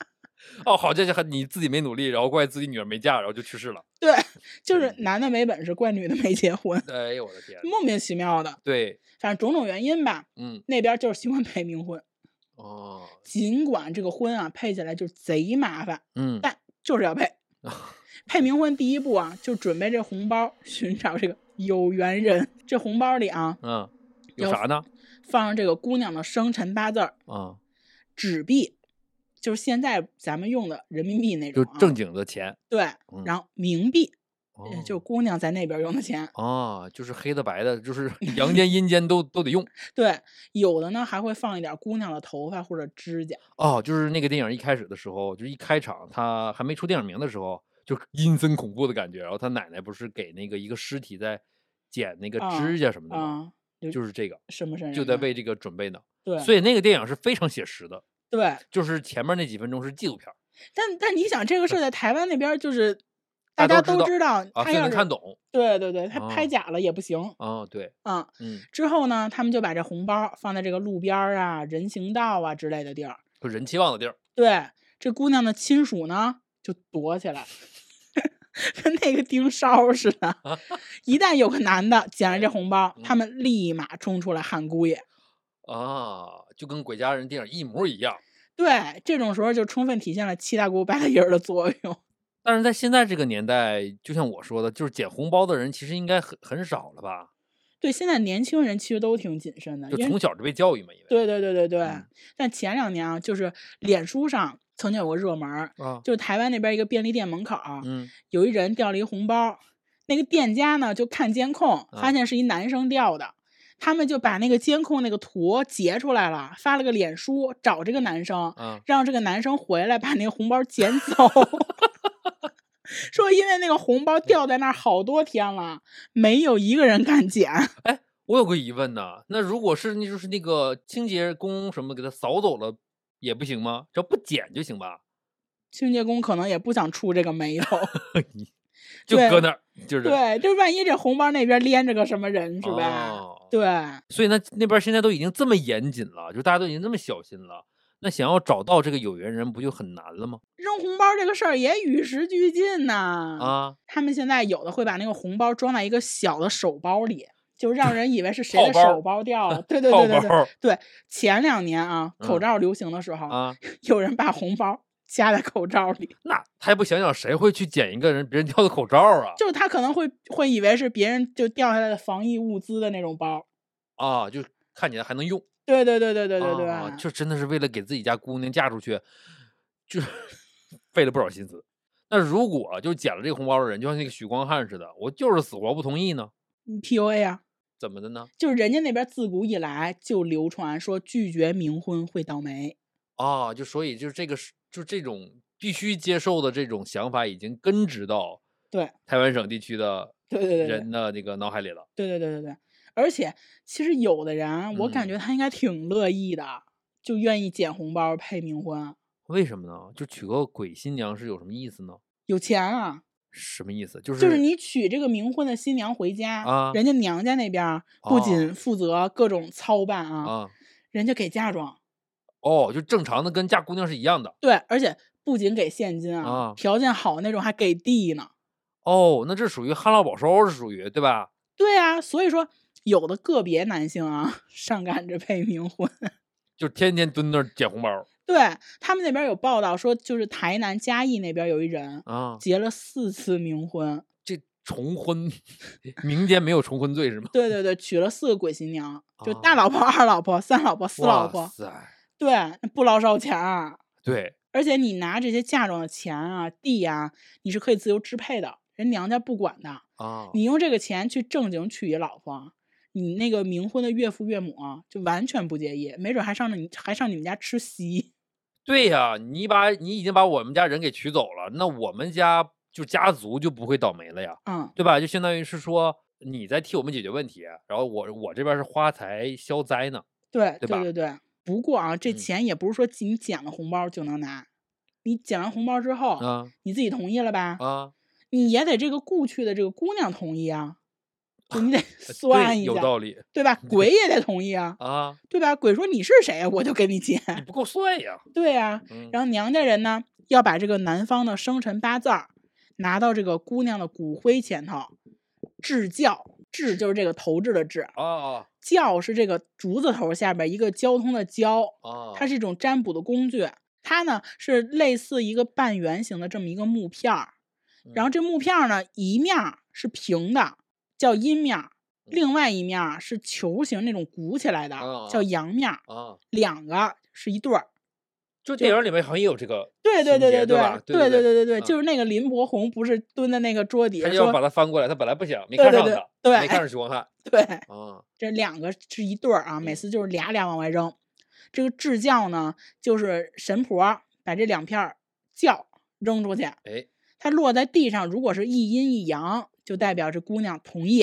[SPEAKER 1] 哦，好，这是你自己没努力，然后怪自己女儿没嫁，然后就去世了。
[SPEAKER 2] 对，就是
[SPEAKER 1] 嗯
[SPEAKER 2] 男的没本事，怪女的没结婚，
[SPEAKER 1] 哎呦我的天！
[SPEAKER 2] 莫名其妙的，
[SPEAKER 1] 对，
[SPEAKER 2] 反正种种原因吧，
[SPEAKER 1] 嗯，
[SPEAKER 2] 那边就是 喜欢配冥婚，
[SPEAKER 1] 哦，
[SPEAKER 2] 尽管这个婚啊配起来就贼麻烦，
[SPEAKER 1] 嗯，
[SPEAKER 2] 但就是要配。
[SPEAKER 1] 啊
[SPEAKER 2] 配冥婚第一步啊，就准备这红包， 寻找这个有缘人。这红包里啊，
[SPEAKER 1] 嗯，有
[SPEAKER 2] 要
[SPEAKER 1] 啥呢？
[SPEAKER 2] 放上这个姑娘的生辰八字儿、
[SPEAKER 1] 啊，
[SPEAKER 2] 纸币，就是现在咱们用的人民币那
[SPEAKER 1] 就
[SPEAKER 2] 种、啊，
[SPEAKER 1] 正经的钱。
[SPEAKER 2] 对
[SPEAKER 1] 嗯，
[SPEAKER 2] 然后冥币，
[SPEAKER 1] 哦
[SPEAKER 2] 呃就姑娘在那边用的钱。
[SPEAKER 1] 啊，就是黑的白的，就是 阳间阴间都都得用。
[SPEAKER 2] 对，有的呢还会放一点姑娘的头发或者指甲。
[SPEAKER 1] 哦，就是那个电影一开始的时候，就一开场，他还没出电影名的时候，就阴森恐怖的感觉。然后他奶奶不是给那个一个尸体在剪那个
[SPEAKER 2] 啊
[SPEAKER 1] 指甲什么的吗？
[SPEAKER 2] 啊，就
[SPEAKER 1] 就是这个，
[SPEAKER 2] 什么神人
[SPEAKER 1] 嗯就在
[SPEAKER 2] 呢
[SPEAKER 1] 为这个准备呢。
[SPEAKER 2] 对
[SPEAKER 1] 所以那个电影是非常写实的，
[SPEAKER 2] 对，
[SPEAKER 1] 就是前面那几分钟是纪录片儿
[SPEAKER 2] 但但你想这个事儿在台湾那边就是大
[SPEAKER 1] 嗯大
[SPEAKER 2] 家
[SPEAKER 1] 家都
[SPEAKER 2] 都知
[SPEAKER 1] 知
[SPEAKER 2] 道，
[SPEAKER 1] 啊，
[SPEAKER 2] 他
[SPEAKER 1] 最
[SPEAKER 2] 要
[SPEAKER 1] 能
[SPEAKER 2] 是
[SPEAKER 1] 看懂
[SPEAKER 2] 对对对，他拍
[SPEAKER 1] 哦
[SPEAKER 2] 假了也不行
[SPEAKER 1] 啊、对，
[SPEAKER 2] 啊、
[SPEAKER 1] 嗯，
[SPEAKER 2] 之后呢，他们就把这红包放在这个路边儿啊、人行道啊之类的地儿。
[SPEAKER 1] 就人气旺的地儿。
[SPEAKER 2] 对，这姑娘的亲属呢就躲起来， 跟那个盯梢似 的。一旦有个男的捡了这红包，他
[SPEAKER 1] 嗯
[SPEAKER 2] 们立马冲出来喊姑爷。
[SPEAKER 1] 啊，就跟《鬼家人》电影一模一样，
[SPEAKER 2] 对，这种时候就充分体现了七大姑八大姨儿的作用。
[SPEAKER 1] 但是在现在这个年代，就像我说的，就是捡红包的人其实应该很很少了吧？
[SPEAKER 2] 对，现在年轻人其实都挺谨慎的，
[SPEAKER 1] 就
[SPEAKER 2] 啊因为
[SPEAKER 1] 从小就被教育嘛，因为
[SPEAKER 2] 对对对对对。
[SPEAKER 1] 嗯
[SPEAKER 2] 但前两年啊，就是脸书上曾经有个热门儿，
[SPEAKER 1] 啊，
[SPEAKER 2] 就是台湾那边一个便利店门口儿，
[SPEAKER 1] 嗯，
[SPEAKER 2] 有一人掉了一红包，那个店家呢就看监控，发
[SPEAKER 1] 啊
[SPEAKER 2] 现是一男生掉的，他们就把那个监控那个图截出来了，发了个脸书找这个男生，
[SPEAKER 1] 啊，
[SPEAKER 2] 让这个男生回来把那个红包捡走。 说因为那个红包掉在那儿好多天了，没有一个人敢捡。
[SPEAKER 1] 我有个疑问呐，那如果是那就是那个清洁工什么给他扫走了也不行吗？只要不捡就行吧？
[SPEAKER 2] 清洁工可能也不想出这个 眉头，
[SPEAKER 1] 就
[SPEAKER 2] 对
[SPEAKER 1] 搁那儿，就是
[SPEAKER 2] 对，就万一这红包那边连着个什么人是吧？
[SPEAKER 1] 哦
[SPEAKER 2] 对，
[SPEAKER 1] 所以那那边现在都已经这么严谨了，就大家都已经那么小心了，那想要找到这个有缘人不就很难了吗？
[SPEAKER 2] 扔红包这个事儿也与时俱进呐、
[SPEAKER 1] 啊，
[SPEAKER 2] 他们现在有的会把那个红包装在一个小的手包里，就让人以为是谁
[SPEAKER 1] 套
[SPEAKER 2] 的
[SPEAKER 1] 包
[SPEAKER 2] 手包 掉了。对对
[SPEAKER 1] 套
[SPEAKER 2] 对对对
[SPEAKER 1] 包
[SPEAKER 2] 对，前两年啊，
[SPEAKER 1] 嗯
[SPEAKER 2] 口罩流行的时候，
[SPEAKER 1] 啊，
[SPEAKER 2] 有人把红包夹在口罩里，
[SPEAKER 1] 那他也不想想谁会去捡一个人别人掉的口罩啊？
[SPEAKER 2] 就是他可能会会以为是别人就掉下来的防疫物资的那种包。
[SPEAKER 1] 啊，就看起来还能用，
[SPEAKER 2] 对对对对对对对，
[SPEAKER 1] 啊，就真的是为了给自己家姑娘嫁出去，就是 费了不少心思。那如果就捡了这个红包的人，就像那个许光汉似的，我就是死活不同意呢，
[SPEAKER 2] 你 PUA 啊，
[SPEAKER 1] 怎么的呢？
[SPEAKER 2] 就是人家那边自古以来就流传说拒绝冥婚会倒霉。
[SPEAKER 1] 啊，就所以就是这个是就这种必须接受的这种想法已经根植到
[SPEAKER 2] 对
[SPEAKER 1] 台湾省地区的
[SPEAKER 2] 对对对对
[SPEAKER 1] 人的那个脑海里了。
[SPEAKER 2] 对对对对对，而且其实有的人，啊我感
[SPEAKER 1] 嗯
[SPEAKER 2] 觉他应该挺乐意的，就愿意捡红包配冥婚，
[SPEAKER 1] 为什么呢？就娶个鬼新娘是有什么意思呢？
[SPEAKER 2] 有钱啊！
[SPEAKER 1] 什么意思？就是
[SPEAKER 2] 就是你娶这个冥婚的新娘回家，
[SPEAKER 1] 啊
[SPEAKER 2] 人家娘家那边儿不
[SPEAKER 1] 哦
[SPEAKER 2] 仅负责各种操办啊，
[SPEAKER 1] 啊
[SPEAKER 2] 人家给嫁妆，
[SPEAKER 1] 哦，就正常的跟嫁姑娘是一样的
[SPEAKER 2] 对，而且不仅给现金啊，
[SPEAKER 1] 啊
[SPEAKER 2] 条件好那种还给地呢。
[SPEAKER 1] 哦。那这属于旱涝保收，是属于对吧？
[SPEAKER 2] 对啊，所以说有的个别男性啊， 上赶着配冥婚。
[SPEAKER 1] 就天天蹲那儿捡红包儿
[SPEAKER 2] 对他们那边有报道说，就是台南嘉义那边有一人
[SPEAKER 1] 啊，
[SPEAKER 2] 结了四次冥婚，
[SPEAKER 1] 这 重婚 民间没有重婚罪 是吗？
[SPEAKER 2] 对对对，娶了四个鬼新娘，就大
[SPEAKER 1] 啊
[SPEAKER 2] 老婆、二老婆、三老婆、四老
[SPEAKER 1] 哇
[SPEAKER 2] 婆，
[SPEAKER 1] 塞，
[SPEAKER 2] 对，不捞少钱啊！
[SPEAKER 1] 对，
[SPEAKER 2] 而且你拿这些嫁妆的钱啊、地呀、你是可以自由支配的，人娘家不管的。
[SPEAKER 1] 啊，
[SPEAKER 2] 你用这个钱去正经娶一老婆，你那个冥婚的岳父岳母啊就完全不介意，没准还上了你还上你们家吃席。
[SPEAKER 1] 对呀、你把你已经把我们家人给娶走了，那我们家就家族就不会倒霉了呀，
[SPEAKER 2] 嗯，
[SPEAKER 1] 对吧？就相当于是说你在替我们解决问题，啊然后我我这边是花财消灾呢。
[SPEAKER 2] 对
[SPEAKER 1] 对
[SPEAKER 2] 对
[SPEAKER 1] 吧
[SPEAKER 2] 对对。不过啊，这
[SPEAKER 1] 嗯
[SPEAKER 2] 钱也不是说仅捡了红包就能拿，你捡完红包之后，
[SPEAKER 1] 啊
[SPEAKER 2] 你自己同意了吧？
[SPEAKER 1] 啊，
[SPEAKER 2] 你也得这个雇去的这个姑娘同意啊，就 你得算
[SPEAKER 1] 呃对，
[SPEAKER 2] 一
[SPEAKER 1] 有
[SPEAKER 2] 下，
[SPEAKER 1] 道理
[SPEAKER 2] 对吧？ 鬼也得同意啊，
[SPEAKER 1] 啊，
[SPEAKER 2] 对吧？鬼说你是谁啊，我就给你钱，
[SPEAKER 1] 你不够算呀。
[SPEAKER 2] 对啊。
[SPEAKER 1] 嗯
[SPEAKER 2] 然后娘家人呢，要把这个男方的生辰八字儿拿到这个姑娘的骨灰前头，置教，置就是这个头掷的掷，
[SPEAKER 1] 啊啊
[SPEAKER 2] 教是这个竹字头下边一个交通的交，
[SPEAKER 1] 啊，
[SPEAKER 2] 它是一种占卜的工具。它呢是类似一个半圆形的这么一个木片儿，然后
[SPEAKER 1] 嗯
[SPEAKER 2] 这木片儿呢一面儿是平的，叫阴面儿；另外一面儿是球形那种鼓起来的，
[SPEAKER 1] 嗯啊
[SPEAKER 2] 叫
[SPEAKER 1] 啊
[SPEAKER 2] 阳面儿。
[SPEAKER 1] 啊，
[SPEAKER 2] 两个是一对儿。
[SPEAKER 1] 就电影里面好像也有这个
[SPEAKER 2] 对对
[SPEAKER 1] 情
[SPEAKER 2] 对
[SPEAKER 1] 节
[SPEAKER 2] 对
[SPEAKER 1] 对吧对
[SPEAKER 2] 对
[SPEAKER 1] 对
[SPEAKER 2] 对
[SPEAKER 1] 对
[SPEAKER 2] 对，就是那个林伯宏不是蹲在那个桌底
[SPEAKER 1] 他
[SPEAKER 2] 下
[SPEAKER 1] 就要
[SPEAKER 2] 说
[SPEAKER 1] 把，它翻过来，他本来不想，没
[SPEAKER 2] 对
[SPEAKER 1] 看
[SPEAKER 2] 对
[SPEAKER 1] 上
[SPEAKER 2] 对
[SPEAKER 1] 他，没看
[SPEAKER 2] 对哎
[SPEAKER 1] 上许光汉
[SPEAKER 2] 对，
[SPEAKER 1] 啊
[SPEAKER 2] 这两个是一对儿啊，每
[SPEAKER 1] 嗯
[SPEAKER 2] 次就是俩俩往外扔。这个掷教呢，就是神婆把这两片儿教扔出去，
[SPEAKER 1] 哎
[SPEAKER 2] 它落在地上，如果是一阴一阳，就代表这姑娘同意；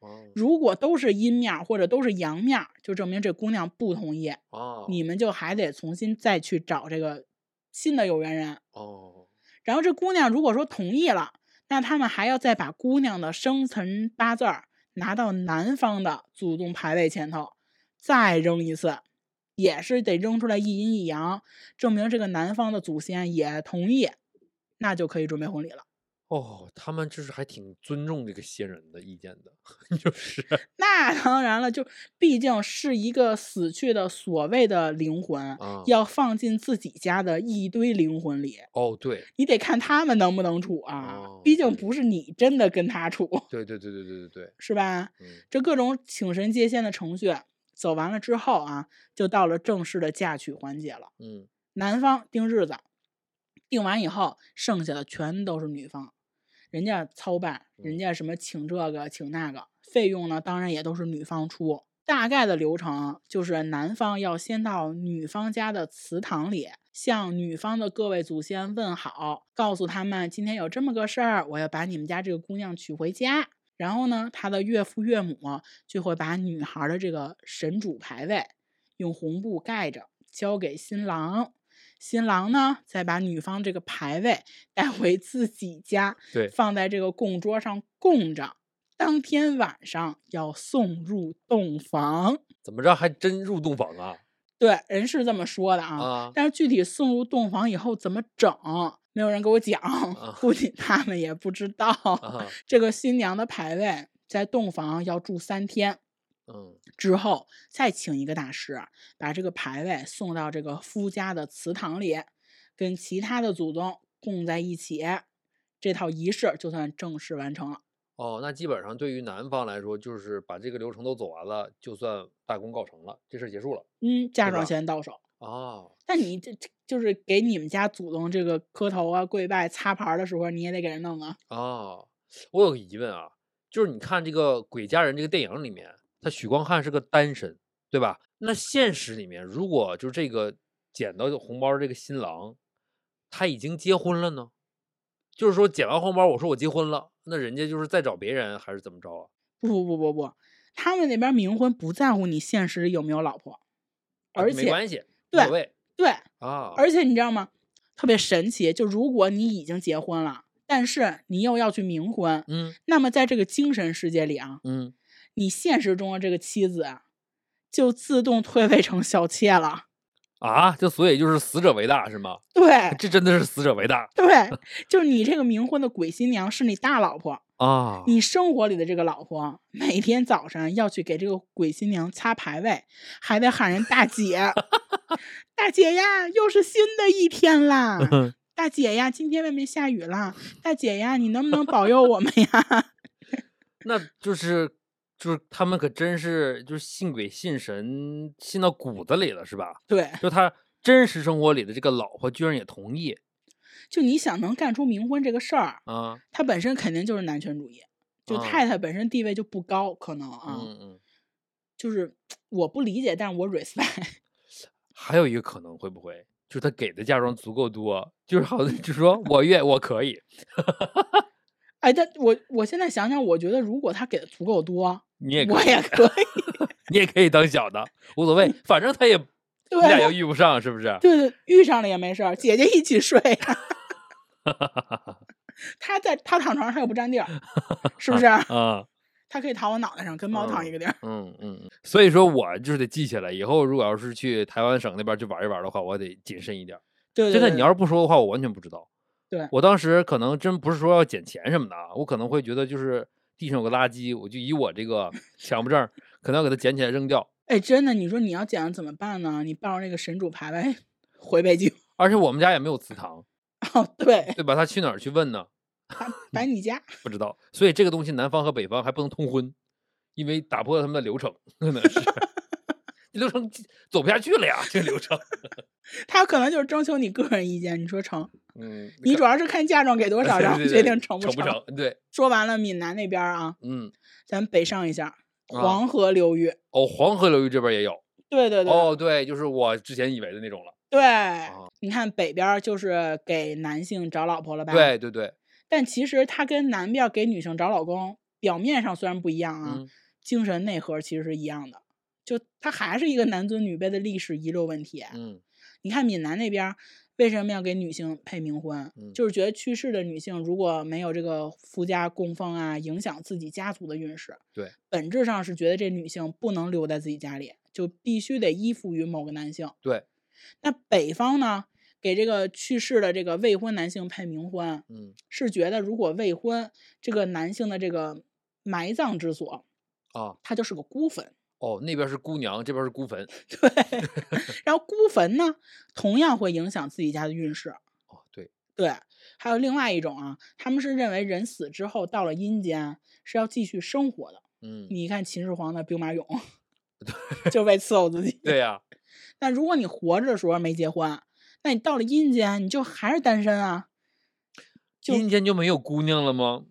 [SPEAKER 1] 哦
[SPEAKER 2] 如果都是阴面儿或者都是阳面儿，就证明这姑娘不同意，
[SPEAKER 1] 哦
[SPEAKER 2] 你们就还得重新再去找这个新的有缘人。
[SPEAKER 1] 哦
[SPEAKER 2] 然后这姑娘如果说同意了，那他们还要再把姑娘的生辰八字儿拿到男方的祖宗牌位前头，再扔一次，也是得扔出来一阴一阳，证明这个男方的祖先也同意，那就可以准备婚礼了。
[SPEAKER 1] 哦，他们就是还挺尊重这个先人的意见的，就是
[SPEAKER 2] 那当然了，就毕竟是一个死去的所谓的灵魂，
[SPEAKER 1] 啊，
[SPEAKER 2] 要放进自己家的一堆灵魂里，
[SPEAKER 1] 哦，对
[SPEAKER 2] 你得看他们能不能处啊
[SPEAKER 1] 哦。
[SPEAKER 2] 毕竟
[SPEAKER 1] 对
[SPEAKER 2] 不是你真的跟他处，
[SPEAKER 1] 对对对对对对对，
[SPEAKER 2] 是吧？
[SPEAKER 1] 嗯，
[SPEAKER 2] 这各种请神接仙的程序走完了之后啊，就到了正式的嫁娶环节了。
[SPEAKER 1] 嗯，
[SPEAKER 2] 男方定日子，定完以后，剩下的全都是女方，人家操办，人
[SPEAKER 1] 嗯
[SPEAKER 2] 家什么请这个请那个，费用呢当然也都是女方出。大概的流程就是男方要先到女方家的祠堂里，向女方的各位祖先问好，告诉他们今天有这么个事儿，我要把你们家这个姑娘娶回家。然后呢，他的岳父岳母就会把女孩的这个神主牌位用红布盖着，交给新郎。新郎呢，再把女方这个牌位带回自己家，
[SPEAKER 1] 对
[SPEAKER 2] 放在这个供桌上供着。当天晚上要送入洞房，
[SPEAKER 1] 怎么着还真入洞房啊？
[SPEAKER 2] 对，人是这么说的啊。
[SPEAKER 1] 啊，
[SPEAKER 2] 但是具体送入洞房以后怎么整，没有人给我讲，估计他们也不知道。
[SPEAKER 1] 啊
[SPEAKER 2] 这个新娘的牌位在洞房要住三天，
[SPEAKER 1] 嗯，
[SPEAKER 2] 之后再请一个大师把这个牌位送到这个夫家的祠堂里，跟其他的祖宗供在一起，这套仪式就算正式完成了。
[SPEAKER 1] 哦，那基本上对于男方来说，就是把这个流程都走完了，就算大功告成了，这事儿结束了。
[SPEAKER 2] 嗯，嫁
[SPEAKER 1] 对吧
[SPEAKER 2] 妆先到手。
[SPEAKER 1] 哦，
[SPEAKER 2] 但你这这就是给你们家祖宗这个磕头啊、跪拜、擦牌儿的时候，你也得给人弄啊。
[SPEAKER 1] 哦，我有个疑问啊，就是你看这个《鬼家人》这个电影里面，他许光汉是个单身，对吧？那现实里面，如果就是这个捡到红包儿这个新郎，他已经结婚了呢？就是说捡完红包，我说我结婚了，那人家就是再找别人还是怎么着啊？
[SPEAKER 2] 不不不不不，他们那边冥婚不在乎你现实里有没有老婆，
[SPEAKER 1] 啊
[SPEAKER 2] 而
[SPEAKER 1] 没
[SPEAKER 2] 且
[SPEAKER 1] 关系，无
[SPEAKER 2] 对
[SPEAKER 1] 所谓
[SPEAKER 2] 对，
[SPEAKER 1] 啊，
[SPEAKER 2] 而且你知道吗？特别神奇，就如果你已经结婚了，但是你又要去冥婚，
[SPEAKER 1] 嗯
[SPEAKER 2] 那么在这个精神世界里啊，
[SPEAKER 1] 嗯，
[SPEAKER 2] 你现实中的这个妻子啊就自动退位成小妾了。
[SPEAKER 1] 啊，就所以就是死者为大是吗？
[SPEAKER 2] 对
[SPEAKER 1] 这真的是死者为大
[SPEAKER 2] 对，就是你这个冥婚的鬼新娘是你大老婆，
[SPEAKER 1] 啊！，
[SPEAKER 2] 你生活里的这个老婆，每天早上要去给这个鬼新娘擦牌位，还得喊人大姐，大姐呀，又是新的一天啦大姐呀，今天外面下雨啦，大姐呀，你能不能保佑我们呀？
[SPEAKER 1] 那就是就是他们可真是就是信鬼信神信到骨子里了是吧？
[SPEAKER 2] 对，
[SPEAKER 1] 就他真实生活里的这个老婆居然也同意
[SPEAKER 2] 就你想能干出冥婚这个事儿，
[SPEAKER 1] 啊！
[SPEAKER 2] 它本身肯定就是男权主义，就
[SPEAKER 1] 啊
[SPEAKER 2] 太太本身地位就不高，可能啊，
[SPEAKER 1] 嗯嗯，
[SPEAKER 2] 就是我不理解，但是我 respect。
[SPEAKER 1] 还有一个可能会不会就是他给的嫁妆足够多，就是好像就是 说我愿我可以，
[SPEAKER 2] 哎，但我我现在想想，我觉得如果他给的足够多，
[SPEAKER 1] 你也可
[SPEAKER 2] 我
[SPEAKER 1] 以啊
[SPEAKER 2] 也可以。
[SPEAKER 1] 你也可以当小的，无所谓，反正他也你俩
[SPEAKER 2] 对
[SPEAKER 1] 又遇不上是不是？
[SPEAKER 2] 对对，遇上了也没事儿，姐姐一起睡。啊 他在他躺床上，他又不占地儿，是 不是？
[SPEAKER 1] 啊。
[SPEAKER 2] 他可以躺我脑袋上，跟猫躺一个地儿。
[SPEAKER 1] 嗯嗯，嗯，所以说我就是得记起来，以后如果要是去台湾省那边儿去玩一玩的话，我得谨慎一点儿。
[SPEAKER 2] 对对
[SPEAKER 1] 真
[SPEAKER 2] 对，
[SPEAKER 1] 的，你要是不说的话，我完全不知道。
[SPEAKER 2] 对
[SPEAKER 1] 我当时可能真不是说要捡钱什么的啊，我可能会觉得就是地上有个垃圾，我就以我这 个强迫症儿，可能要给它捡起来扔掉。
[SPEAKER 2] 哎，真的，你说你要捡了怎么办呢？你抱着那个神主牌位 回北京。
[SPEAKER 1] 而且我们家也没有祠堂，
[SPEAKER 2] 哦，对，
[SPEAKER 1] 对吧？他去哪儿去问呢？
[SPEAKER 2] 来你家。
[SPEAKER 1] 不知道。所以这个东西南方和北方还不能通婚，因为打破了他们的流程，可能是 这流程走不下去了呀，这个流 程。
[SPEAKER 2] 他可能就是征求你个人意见，你说成？
[SPEAKER 1] 嗯，
[SPEAKER 2] 你
[SPEAKER 1] 可
[SPEAKER 2] 主要是看嫁妆给多少，
[SPEAKER 1] 对
[SPEAKER 2] 然后
[SPEAKER 1] 对
[SPEAKER 2] 决
[SPEAKER 1] 对
[SPEAKER 2] 定成
[SPEAKER 1] 不
[SPEAKER 2] 成。
[SPEAKER 1] 成？对，
[SPEAKER 2] 说完了闽南那边儿啊，
[SPEAKER 1] 嗯，
[SPEAKER 2] 咱北上一下，
[SPEAKER 1] 啊
[SPEAKER 2] 黄河流域。
[SPEAKER 1] 哦，黄河流域这边也有。
[SPEAKER 2] 对对对、
[SPEAKER 1] 哦，对，就是我之前以为的那种了。
[SPEAKER 2] 对、
[SPEAKER 1] 啊
[SPEAKER 2] 你看北边儿就是给男性找老婆了吧？。
[SPEAKER 1] 对对对，
[SPEAKER 2] 但其实他跟南边儿给女性找老公，表面上虽然不一样啊，
[SPEAKER 1] 嗯，
[SPEAKER 2] 精神内核其实是一样的。就他还是一个男尊女卑的历史遗留问题。
[SPEAKER 1] 嗯
[SPEAKER 2] 你看闽南那边儿为什么要给女性配冥婚？
[SPEAKER 1] 嗯
[SPEAKER 2] 就是觉得去世的女性如果没有这个夫家供奉啊，影响自己家族的运势。
[SPEAKER 1] 对，
[SPEAKER 2] 本质上是觉得这女性不能留在自己家里，就必须得依附于某个男性。
[SPEAKER 1] 对，
[SPEAKER 2] 那北方呢，给这个去世的这个未婚男性配冥婚，
[SPEAKER 1] 嗯，
[SPEAKER 2] 是觉得如果未婚，这个男性的这个埋葬之所，
[SPEAKER 1] 啊，
[SPEAKER 2] 他就是个孤坟。
[SPEAKER 1] 哦，那边是姑娘，这边是孤坟。
[SPEAKER 2] 对，然后孤坟呢，同样会影响自己家的运势。
[SPEAKER 1] 哦，对，
[SPEAKER 2] 对，还有另外一种啊，他们是认为人死之后到了阴间是要继续生活的。
[SPEAKER 1] 嗯，
[SPEAKER 2] 你看秦始皇的兵 马俑，就为伺候自己。
[SPEAKER 1] 对呀、
[SPEAKER 2] 但如果你活着的时候没结婚，那你到了阴间你就还是单身啊。就
[SPEAKER 1] 阴间就没有姑娘了吗？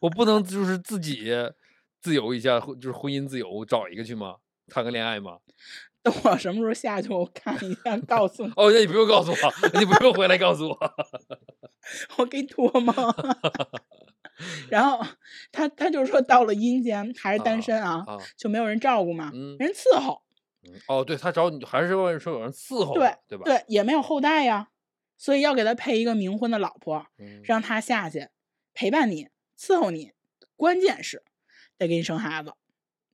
[SPEAKER 1] 我不能就是自己自由一下，就是婚姻自由，找一个去吗？谈个恋爱吗？。
[SPEAKER 2] 等我什么时候下去，我看一下，告诉你
[SPEAKER 1] 哦，那你不用告诉我，你 不用回来告 诉我。
[SPEAKER 2] 我给你脱 吗？然后他他就说到了阴间还是单身啊，
[SPEAKER 1] 啊，
[SPEAKER 2] 就没有人照顾嘛，
[SPEAKER 1] 嗯
[SPEAKER 2] 没人伺候，
[SPEAKER 1] 嗯哦，对他找你还是说有人伺候
[SPEAKER 2] 对
[SPEAKER 1] 你，对吧？
[SPEAKER 2] 对，也没有后代呀，所以要给他配一个冥婚的老婆，
[SPEAKER 1] 嗯，
[SPEAKER 2] 让他下去陪伴你、伺候你，关键是得给你生孩子。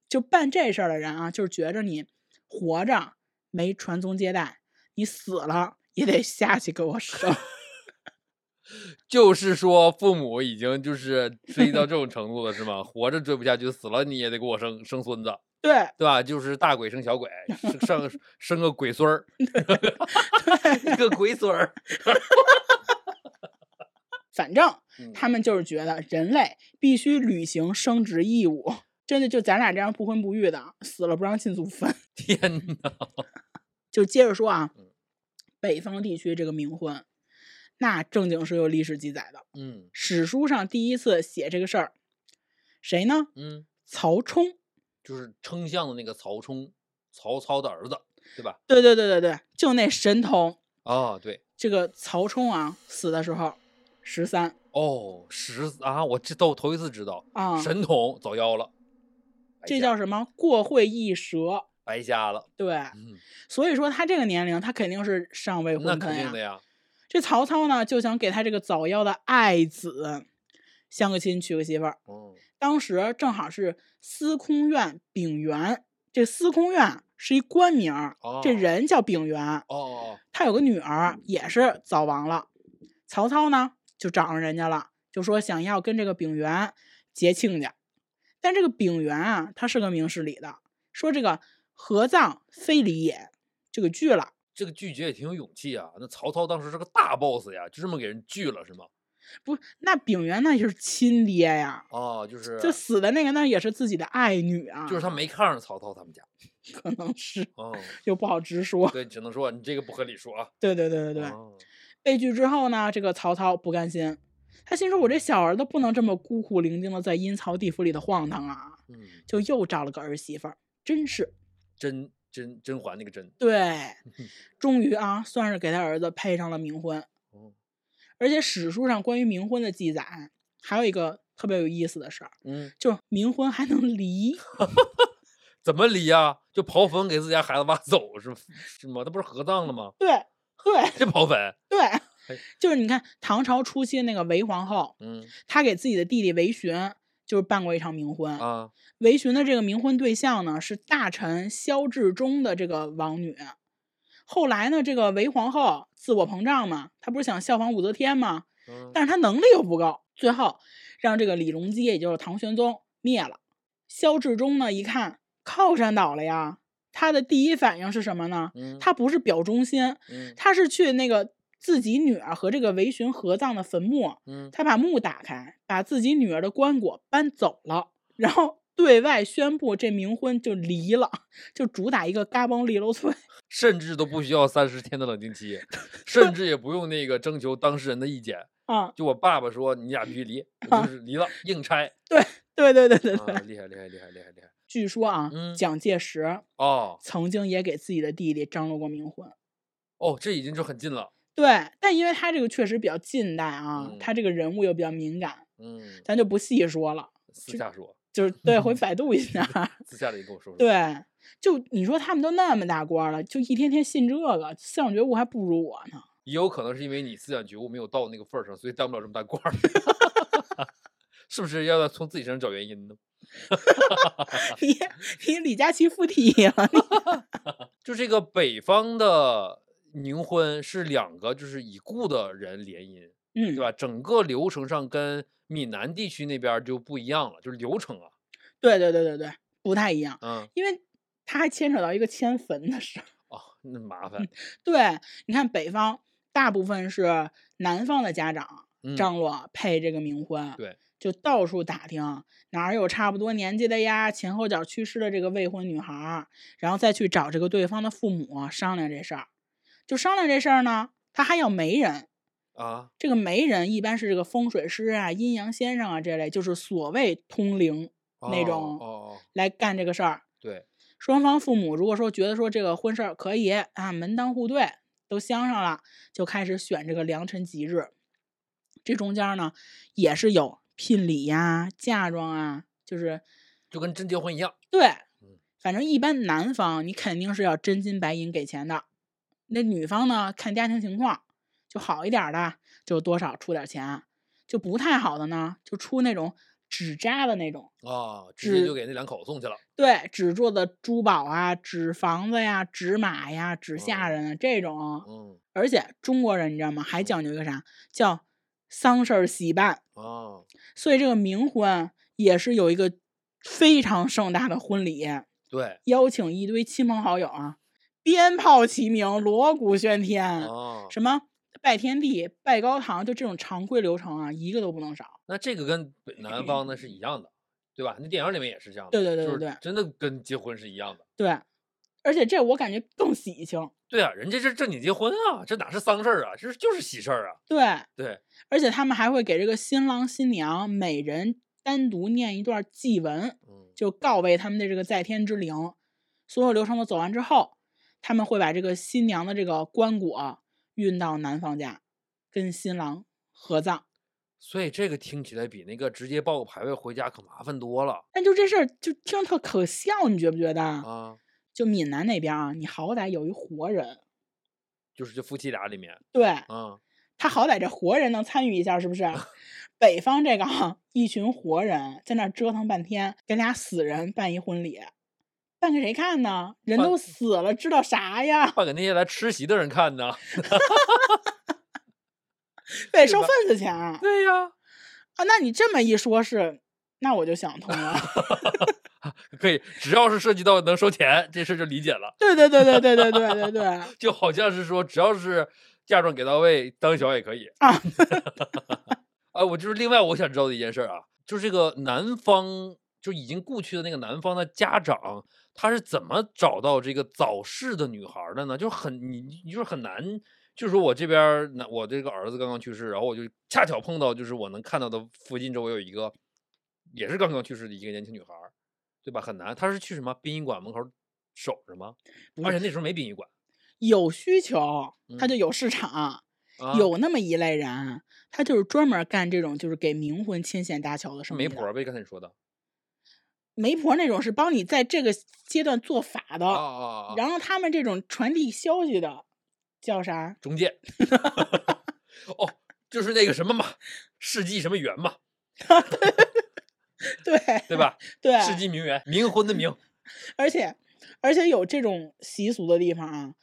[SPEAKER 2] 就办这事儿的人啊，就是觉着你活着没传宗接代，你死了也得下去给我生。
[SPEAKER 1] 就是说父母已经就是追到这种程度了，是吗？活着追不下去，死了你也得给我生生孙子，
[SPEAKER 2] 对，
[SPEAKER 1] 对吧？就是大鬼生小鬼，生上生个鬼孙 儿，个鬼孙儿。
[SPEAKER 2] 反正
[SPEAKER 1] 嗯
[SPEAKER 2] 他们就是觉得人类必须履行生殖义务。真的就咱俩这样不婚不育的，死了不让进祖坟。
[SPEAKER 1] 天哪！
[SPEAKER 2] 就接着说啊
[SPEAKER 1] 嗯，
[SPEAKER 2] 北方地区这个冥婚，那正经是有历史记载的。
[SPEAKER 1] 嗯
[SPEAKER 2] 史书上第一次写这个事儿，谁呢？
[SPEAKER 1] 嗯，
[SPEAKER 2] 曹冲。
[SPEAKER 1] 就是丞相的那个曹冲，曹操的儿子，对吧？
[SPEAKER 2] 对对对对对，就那神童，
[SPEAKER 1] 啊，对，
[SPEAKER 2] 这个曹冲啊，死的时候十三
[SPEAKER 1] 哦，十啊，我这都头一次知道，
[SPEAKER 2] 啊，
[SPEAKER 1] 神童早夭了，白
[SPEAKER 2] 这
[SPEAKER 1] 瞎
[SPEAKER 2] 叫什么？过会一蛇。
[SPEAKER 1] 白瞎了。
[SPEAKER 2] 对，
[SPEAKER 1] 嗯，
[SPEAKER 2] 所以说他这个年龄，他肯定是尚未
[SPEAKER 1] 那
[SPEAKER 2] 婚
[SPEAKER 1] 肯
[SPEAKER 2] 配
[SPEAKER 1] 定
[SPEAKER 2] 呀
[SPEAKER 1] 的。呀。
[SPEAKER 2] 这曹操呢，就想给他这个早夭的爱子相个亲，娶个媳妇儿。
[SPEAKER 1] 嗯
[SPEAKER 2] 当时正好是司空院秉元，这司空院是一官名儿，这
[SPEAKER 1] 哦
[SPEAKER 2] 人叫秉元，
[SPEAKER 1] 哦哦，
[SPEAKER 2] 他有个女儿也是早亡了。曹操呢就找上人家了，就说想要跟这个秉元结亲家，但这个秉元啊，他是个明事理的，说这个合葬非礼也，就给拒了。
[SPEAKER 1] 这个拒绝也挺有勇气啊。那曹操当时是个大 boss 呀，就这么给人拒了是吗？
[SPEAKER 2] 不，那秉元那就是亲爹呀，
[SPEAKER 1] 啊，就是
[SPEAKER 2] 这死的那个那也是自己的爱女啊，
[SPEAKER 1] 就是他没看上曹操他们家。
[SPEAKER 2] 可能是
[SPEAKER 1] 嗯，
[SPEAKER 2] 又不好直说。
[SPEAKER 1] 对，只能说你这个不合理说啊。
[SPEAKER 2] 对对对对对，
[SPEAKER 1] 哦
[SPEAKER 2] 被拒之后呢，这个曹操不甘心，他心说：“我这小儿子不能这么孤苦伶仃的在阴曹地府里的晃荡啊！”
[SPEAKER 1] 嗯，
[SPEAKER 2] 就又找了个儿媳妇儿，真是
[SPEAKER 1] 甄甄甄嬛那个甄。
[SPEAKER 2] 对，
[SPEAKER 1] 嗯
[SPEAKER 2] 终于啊，算是给他儿子配上了冥婚。
[SPEAKER 1] 哦
[SPEAKER 2] 而且史书上关于冥婚的记载，还有一个特别有意思的事儿，
[SPEAKER 1] 嗯，
[SPEAKER 2] 就是冥婚还能 离，
[SPEAKER 1] 怎么离呀、就刨坟给自己家孩子挖走是是吗？他不是合葬了吗？
[SPEAKER 2] 对对
[SPEAKER 1] 这刨坟，
[SPEAKER 2] 对，就是你看唐朝初期那个韦皇后，
[SPEAKER 1] 嗯
[SPEAKER 2] 她给自己的弟弟韦询就是办过一场冥婚
[SPEAKER 1] 啊，
[SPEAKER 2] 韦询的这个冥婚对象呢是大臣萧志忠的这个王女。后来呢，这个韦皇后自我膨胀嘛，她不是想效仿武则天嘛，
[SPEAKER 1] 嗯
[SPEAKER 2] 但是她能力又不够，最后让这个李隆基，也就是唐玄宗灭了。萧志忠呢一看靠山倒了呀，他的第一反应是什么呢？
[SPEAKER 1] 嗯
[SPEAKER 2] 他不是表忠心，
[SPEAKER 1] 嗯
[SPEAKER 2] 他是去那个自己女儿和这个韦询合葬的坟墓，
[SPEAKER 1] 嗯，
[SPEAKER 2] 他把墓打开，把自己女儿的棺椁搬走了，然后对外宣布这冥婚就离了，就主打一个嘎嘣利落脆。
[SPEAKER 1] 甚至都不需要三十天的冷静期，甚至也不用那个征求当事人的意见。
[SPEAKER 2] 啊，
[SPEAKER 1] 就我爸爸说你俩必须离，我就是离了，硬拆
[SPEAKER 2] 对对对对对。
[SPEAKER 1] 啊，厉害厉害厉害厉害厉害
[SPEAKER 2] 据说啊，
[SPEAKER 1] 嗯
[SPEAKER 2] 蒋介石
[SPEAKER 1] 哦
[SPEAKER 2] 曾经也给自己的弟弟张罗过冥婚。
[SPEAKER 1] 哦，这已经就很近了，
[SPEAKER 2] 对，但因为他这个确实比较近代啊，
[SPEAKER 1] 嗯
[SPEAKER 2] 他这个人物又比较敏感，
[SPEAKER 1] 嗯，
[SPEAKER 2] 咱就不细说了。
[SPEAKER 1] 私下说，
[SPEAKER 2] 就是对，回百度一下。
[SPEAKER 1] 私下里跟我说说，，
[SPEAKER 2] 对，就你说他们都那么大官儿了，就一天天信这个，思想觉悟还不如我呢。
[SPEAKER 1] 也有可能是因为你思想觉悟没有到那个份儿上，所以当不了这么大官儿， 是不是要从自己身上找原因呢？
[SPEAKER 2] 你你李佳琦附体了，
[SPEAKER 1] 哦
[SPEAKER 2] 你
[SPEAKER 1] 就这个北方的冥婚是两个就是已故的人联姻，
[SPEAKER 2] 嗯，
[SPEAKER 1] 对吧？整个流程上跟闽南地区那边儿就不一样了，就是流程啊，
[SPEAKER 2] 对对对对对，不太一样，
[SPEAKER 1] 嗯，
[SPEAKER 2] 因为它还牵扯到一个迁坟的事儿。
[SPEAKER 1] 哦，那麻烦，
[SPEAKER 2] 对，你看北方大部分是南方的家长
[SPEAKER 1] 嗯，
[SPEAKER 2] 张罗配这个冥婚，
[SPEAKER 1] 对，
[SPEAKER 2] 就到处打听哪儿有差不多年纪的呀，前后脚去世的这个未婚女孩儿，然后再去找这个对方的父母商量这事儿。就商量这事儿呢，他还要媒人，
[SPEAKER 1] 啊，
[SPEAKER 2] 这个媒人一般是这个风水师啊、阴阳先生啊这类，就是所谓通灵。那
[SPEAKER 1] 哦
[SPEAKER 2] 种
[SPEAKER 1] 哦哦，
[SPEAKER 2] 来干这个事儿。
[SPEAKER 1] 对，
[SPEAKER 2] 双方父母如果说觉得说这个婚事儿可以啊，门当户对，都相上了，就开始选这个良辰吉日。这中间儿呢，也是有聘礼呀、嫁妆啊，就是
[SPEAKER 1] 就跟真结婚一样。
[SPEAKER 2] 对
[SPEAKER 1] 嗯，
[SPEAKER 2] 反正一般男方你肯定是要真金白银给钱的，那女方呢看家庭情况，就好一点儿的就多少出点儿钱，就不太好的呢就出那种纸扎的那种，
[SPEAKER 1] 啊，直接
[SPEAKER 2] 是
[SPEAKER 1] 就给那两口送去了。
[SPEAKER 2] 对，纸做的珠宝啊、纸房子呀、纸马呀、纸下
[SPEAKER 1] 哦
[SPEAKER 2] 人啊这种，
[SPEAKER 1] 嗯
[SPEAKER 2] 而且中国人你知道吗？还讲究一个啥叫丧事儿喜办，
[SPEAKER 1] 啊，
[SPEAKER 2] 所以这个冥婚也是有一个非常盛大的婚礼。
[SPEAKER 1] 对
[SPEAKER 2] 邀请一堆亲朋好友啊，鞭炮齐鸣，锣鼓喧天，
[SPEAKER 1] 啊，
[SPEAKER 2] 什么拜天地、拜高堂，就这种常规流程啊，一个都不能少。
[SPEAKER 1] 那这个跟北南方的是一样的，对吧？那电影里面也是这样的，
[SPEAKER 2] 对对对
[SPEAKER 1] 就是
[SPEAKER 2] 对对
[SPEAKER 1] 真的跟结婚是一样的。
[SPEAKER 2] 对，而且这我感觉更喜庆。
[SPEAKER 1] 对啊，人家这正经结婚啊，这哪是丧事儿啊，这就是喜事儿啊。
[SPEAKER 2] 对，
[SPEAKER 1] 对，
[SPEAKER 2] 而且他们还会给这个新郎新娘每人单独念一段祭文，
[SPEAKER 1] 嗯，
[SPEAKER 2] 就告慰他们的这个在天之灵。所有流程都走完之后，他们会把这个新娘的这个棺椁运到男方家，跟新郎合葬。
[SPEAKER 1] 所以这个听起来比那个直接报个牌位回家可麻烦多了
[SPEAKER 2] 但就这事儿就听着特可笑，你觉不觉得？
[SPEAKER 1] 啊。
[SPEAKER 2] 就闽南那边啊，你好歹有一活人，
[SPEAKER 1] 就是这夫妻俩里面
[SPEAKER 2] 对
[SPEAKER 1] 啊，
[SPEAKER 2] 他好歹这活人能参与一下，是不是？北方这个啊，一群活人在那儿折腾半天，给俩死人办一婚礼，办给谁看呢？人
[SPEAKER 1] 办
[SPEAKER 2] 都死了，知道啥呀？
[SPEAKER 1] 办给那些来吃席的人看呢。
[SPEAKER 2] 得
[SPEAKER 1] 是
[SPEAKER 2] 收
[SPEAKER 1] 吧
[SPEAKER 2] 份子钱啊！
[SPEAKER 1] 对呀、
[SPEAKER 2] 啊那你这么一说是，那我就想通了。
[SPEAKER 1] 可以，只要是涉及到能收钱，这事儿就理解了。
[SPEAKER 2] 对对对对对对对对对。
[SPEAKER 1] 就好像是说，只要是嫁妆给到位，当小也可以
[SPEAKER 2] 啊。
[SPEAKER 1] 啊，我就是另外我想知道的一件事儿啊，就是这个男方就已经故去的那个男方的家长，他是怎么找到这个早逝的女孩儿的呢？就是很你你就是很难，就是说我这边儿那我这个儿子刚刚去世，然后我就恰巧碰到，就是我能看到的附近周围有一个也是刚刚去世的一个年轻女孩儿，对吧？很难，他是去什么殡仪馆门口儿守着吗？
[SPEAKER 2] 不
[SPEAKER 1] 而
[SPEAKER 2] 是
[SPEAKER 1] 且那时候没殡仪馆。
[SPEAKER 2] 有需求，他
[SPEAKER 1] 嗯
[SPEAKER 2] 就有市场，
[SPEAKER 1] 啊
[SPEAKER 2] 有那么一类人，啊他就是专门干这种就是给冥婚牵线搭桥的
[SPEAKER 1] 是
[SPEAKER 2] 生意
[SPEAKER 1] 媒
[SPEAKER 2] 的。
[SPEAKER 1] 婆儿呗，刚才你说的。
[SPEAKER 2] 媒婆那种是帮你在这个阶段做法的，
[SPEAKER 1] 啊啊啊！
[SPEAKER 2] 然后他们这种传递消息的叫啥？
[SPEAKER 1] 中介。哦，就是那个什么嘛，世纪什么缘嘛，
[SPEAKER 2] 对
[SPEAKER 1] 对吧？
[SPEAKER 2] 对，
[SPEAKER 1] 世纪名媛，冥婚的冥。
[SPEAKER 2] 而且而且有这种习俗的地方啊，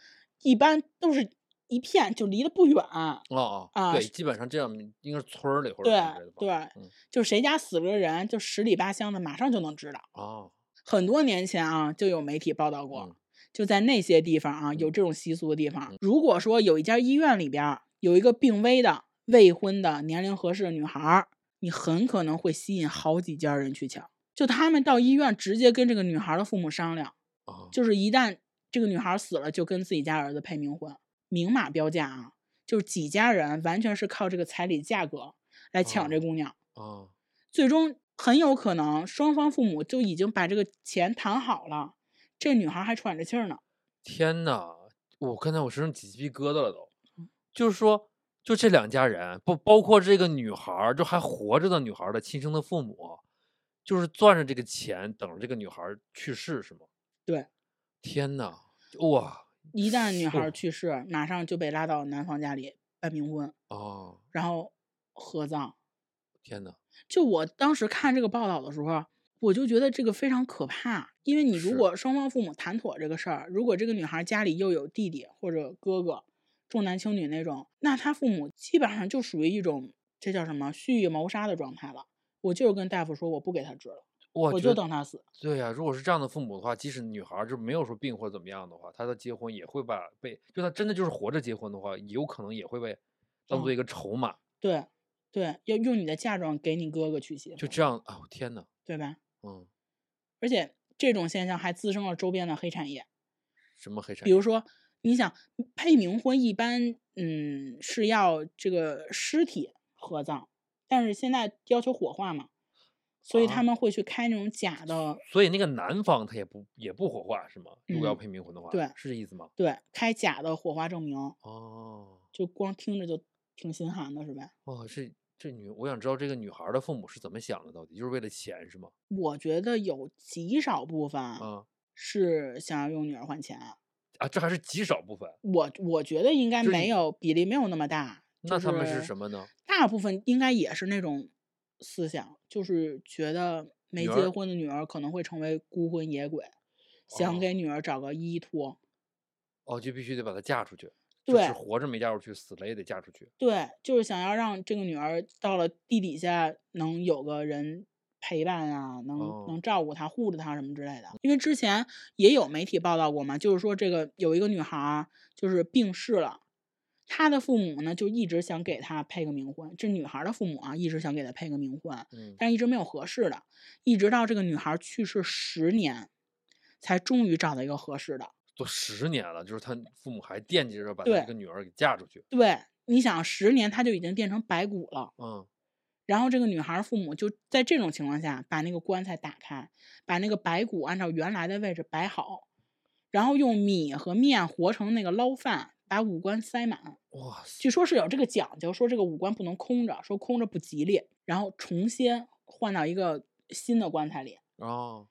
[SPEAKER 2] 一般都是一片就离得不远，
[SPEAKER 1] 哦哦，
[SPEAKER 2] 啊
[SPEAKER 1] 对，
[SPEAKER 2] 是
[SPEAKER 1] 基本上这样应该是村儿里或者
[SPEAKER 2] 对
[SPEAKER 1] 什么之类的吧。
[SPEAKER 2] 对，
[SPEAKER 1] 嗯
[SPEAKER 2] 就谁家死了个人，就十里八乡的马上就能知道。
[SPEAKER 1] 哦，
[SPEAKER 2] 很多年前啊，就有媒体报道过，
[SPEAKER 1] 嗯
[SPEAKER 2] 就在那些地方啊，有这种习俗的地方，如果说有一家医院里边儿有一个病危的、未婚的、年龄合适的女孩儿，你很可能会吸引好几家人去抢。就他们到医院直接跟这个女孩儿的父母商量，
[SPEAKER 1] 哦
[SPEAKER 2] 就是一旦这个女孩儿死了，就跟自己家儿子配冥婚，明码标价啊，就是几家人完全是靠这个彩礼价格来
[SPEAKER 1] 哦
[SPEAKER 2] 抢这姑娘。
[SPEAKER 1] 哦
[SPEAKER 2] 最终很有可能双方父母就已经把这个钱谈好了，这女孩还喘着气儿呢。
[SPEAKER 1] 天呐，我刚才我身上起鸡皮疙瘩了都。
[SPEAKER 2] 嗯
[SPEAKER 1] 就是说，就这两家人，不包括这个女孩儿，就还活着的女孩儿的亲生的父母，就是攥着这个钱等着这个女孩儿去世，是吗？
[SPEAKER 2] 对。
[SPEAKER 1] 天呐，哇
[SPEAKER 2] 一旦女孩
[SPEAKER 1] 是
[SPEAKER 2] 儿去世，马上就被拉到男方家里办冥婚，
[SPEAKER 1] 哦，
[SPEAKER 2] 然后合葬。
[SPEAKER 1] 天呐，
[SPEAKER 2] 就我当时看这个报道的时候，啊我就觉得这个非常可怕，因为你如
[SPEAKER 1] 是
[SPEAKER 2] 果双方父母谈妥这个事儿，如果这个女孩家里又有弟弟或者哥哥，重男轻女那种，那她父母基本上就属于一种这叫什么蓄意谋杀的状态了。我就是跟大夫说我不给她治了，
[SPEAKER 1] 我觉
[SPEAKER 2] 我就
[SPEAKER 1] 得
[SPEAKER 2] 等她死。
[SPEAKER 1] 对呀、如果是这样的父母的话，即使女孩儿就没有说病或者怎么样的话，她的结婚也会把被，就她真的就是活着结婚的话，有可能也会被当做
[SPEAKER 2] 嗯
[SPEAKER 1] 一个筹码，
[SPEAKER 2] 对，对，要用你的嫁妆给你哥哥娶媳妇，
[SPEAKER 1] 就这样啊！我天呐，
[SPEAKER 2] 对吧？
[SPEAKER 1] 嗯，
[SPEAKER 2] 而且这种现象还滋生了周边的黑产业，
[SPEAKER 1] 什么黑产
[SPEAKER 2] 比
[SPEAKER 1] 业？
[SPEAKER 2] 如说，你想配冥婚一般，嗯，是要这个尸体合葬，但是现在要求火化嘛，所以
[SPEAKER 1] 啊
[SPEAKER 2] 他们会去开那种假的，
[SPEAKER 1] 所以那个男方他也不也不火化是吗？如果要
[SPEAKER 2] 嗯
[SPEAKER 1] 配冥婚的话，
[SPEAKER 2] 对
[SPEAKER 1] 是这意思吗？
[SPEAKER 2] 对，开假的火化证明，
[SPEAKER 1] 哦
[SPEAKER 2] 就光听着就挺心寒的，是吧？
[SPEAKER 1] 哦，这这女，我想知道这个女孩儿的父母是怎么想的，到底就是为了钱是 吗？
[SPEAKER 2] 我觉得有极少部分
[SPEAKER 1] 啊
[SPEAKER 2] 是想要用女儿换钱，
[SPEAKER 1] 啊，这还是极少部分，
[SPEAKER 2] 我我觉得应该
[SPEAKER 1] 就是
[SPEAKER 2] 没
[SPEAKER 1] 你
[SPEAKER 2] 有比例没有那么大。
[SPEAKER 1] 那他们
[SPEAKER 2] 就是
[SPEAKER 1] 什么呢？
[SPEAKER 2] 大部分应该也是那种思想，就是觉得没
[SPEAKER 1] 女
[SPEAKER 2] 结
[SPEAKER 1] 儿
[SPEAKER 2] 婚的女儿可能会成为孤魂野鬼，想
[SPEAKER 1] 哦
[SPEAKER 2] 给女儿找个依托。
[SPEAKER 1] 哦，就必须得把她嫁出去，就
[SPEAKER 2] 对
[SPEAKER 1] 是活着没嫁出去，死了也得嫁出去。
[SPEAKER 2] 对，就是想要让这个女儿到了地底下能有个人陪伴啊，能、
[SPEAKER 1] 哦
[SPEAKER 2] 能照顾她、护着她什么之类的。因为之前也有媒体报道过嘛，就是说这个有一个女孩儿就是病逝了，她的父母呢就一直想给她配个冥婚，这女孩儿的父母啊一直想给她配个冥婚，
[SPEAKER 1] 嗯，
[SPEAKER 2] 但一直没有合适的，一直到这个女孩儿去世十年，才终于找到一个合适的。
[SPEAKER 1] 都十年了，就是他父母还惦记着把他
[SPEAKER 2] 对
[SPEAKER 1] 这个女儿给嫁出去。
[SPEAKER 2] 对，你想十年她就已经变成白骨了。
[SPEAKER 1] 嗯，
[SPEAKER 2] 然后这个女孩儿父母就在这种情况下把那个棺材打开，把那个白骨按照原来的位置摆好，然后用米和面和成那个捞饭，把五官塞满。
[SPEAKER 1] 哇塞，
[SPEAKER 2] 据说是有这个讲究，说这个五官不能空着，说空着不吉利，然后重新换到一个新的棺材里，
[SPEAKER 1] 哦，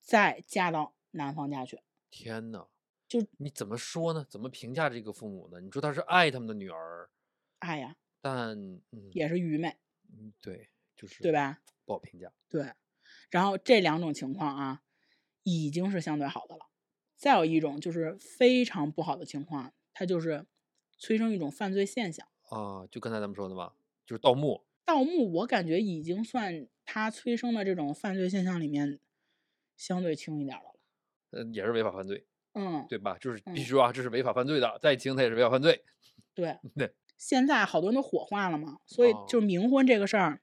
[SPEAKER 2] 再嫁到男方家去。
[SPEAKER 1] 天呐，
[SPEAKER 2] 就
[SPEAKER 1] 你怎么说呢？怎么评价这个父母呢？你说他是爱他们的女儿，
[SPEAKER 2] 哎呀，
[SPEAKER 1] 但嗯，
[SPEAKER 2] 也是愚昧，
[SPEAKER 1] 嗯对，就是
[SPEAKER 2] 对？吧？
[SPEAKER 1] 不好评价。
[SPEAKER 2] 对，然后这两种情况啊，已经是相对好的了。再有一种就是非常不好的情况，它就是催生一种犯罪现象。
[SPEAKER 1] 啊，就刚才咱们说的嘛，就是盗墓。
[SPEAKER 2] 盗墓，我感觉已经算它催生的这种犯罪现象里面相对轻一点儿的了。
[SPEAKER 1] 呃，也是违法犯罪，
[SPEAKER 2] 嗯，
[SPEAKER 1] 对吧？就是必
[SPEAKER 2] 嗯
[SPEAKER 1] 须啊，这是违法犯罪的，再轻它也是违法犯罪。
[SPEAKER 2] 对
[SPEAKER 1] 对。
[SPEAKER 2] 现在好多人都火化了嘛，所以就
[SPEAKER 1] 哦
[SPEAKER 2] 冥婚这个事儿，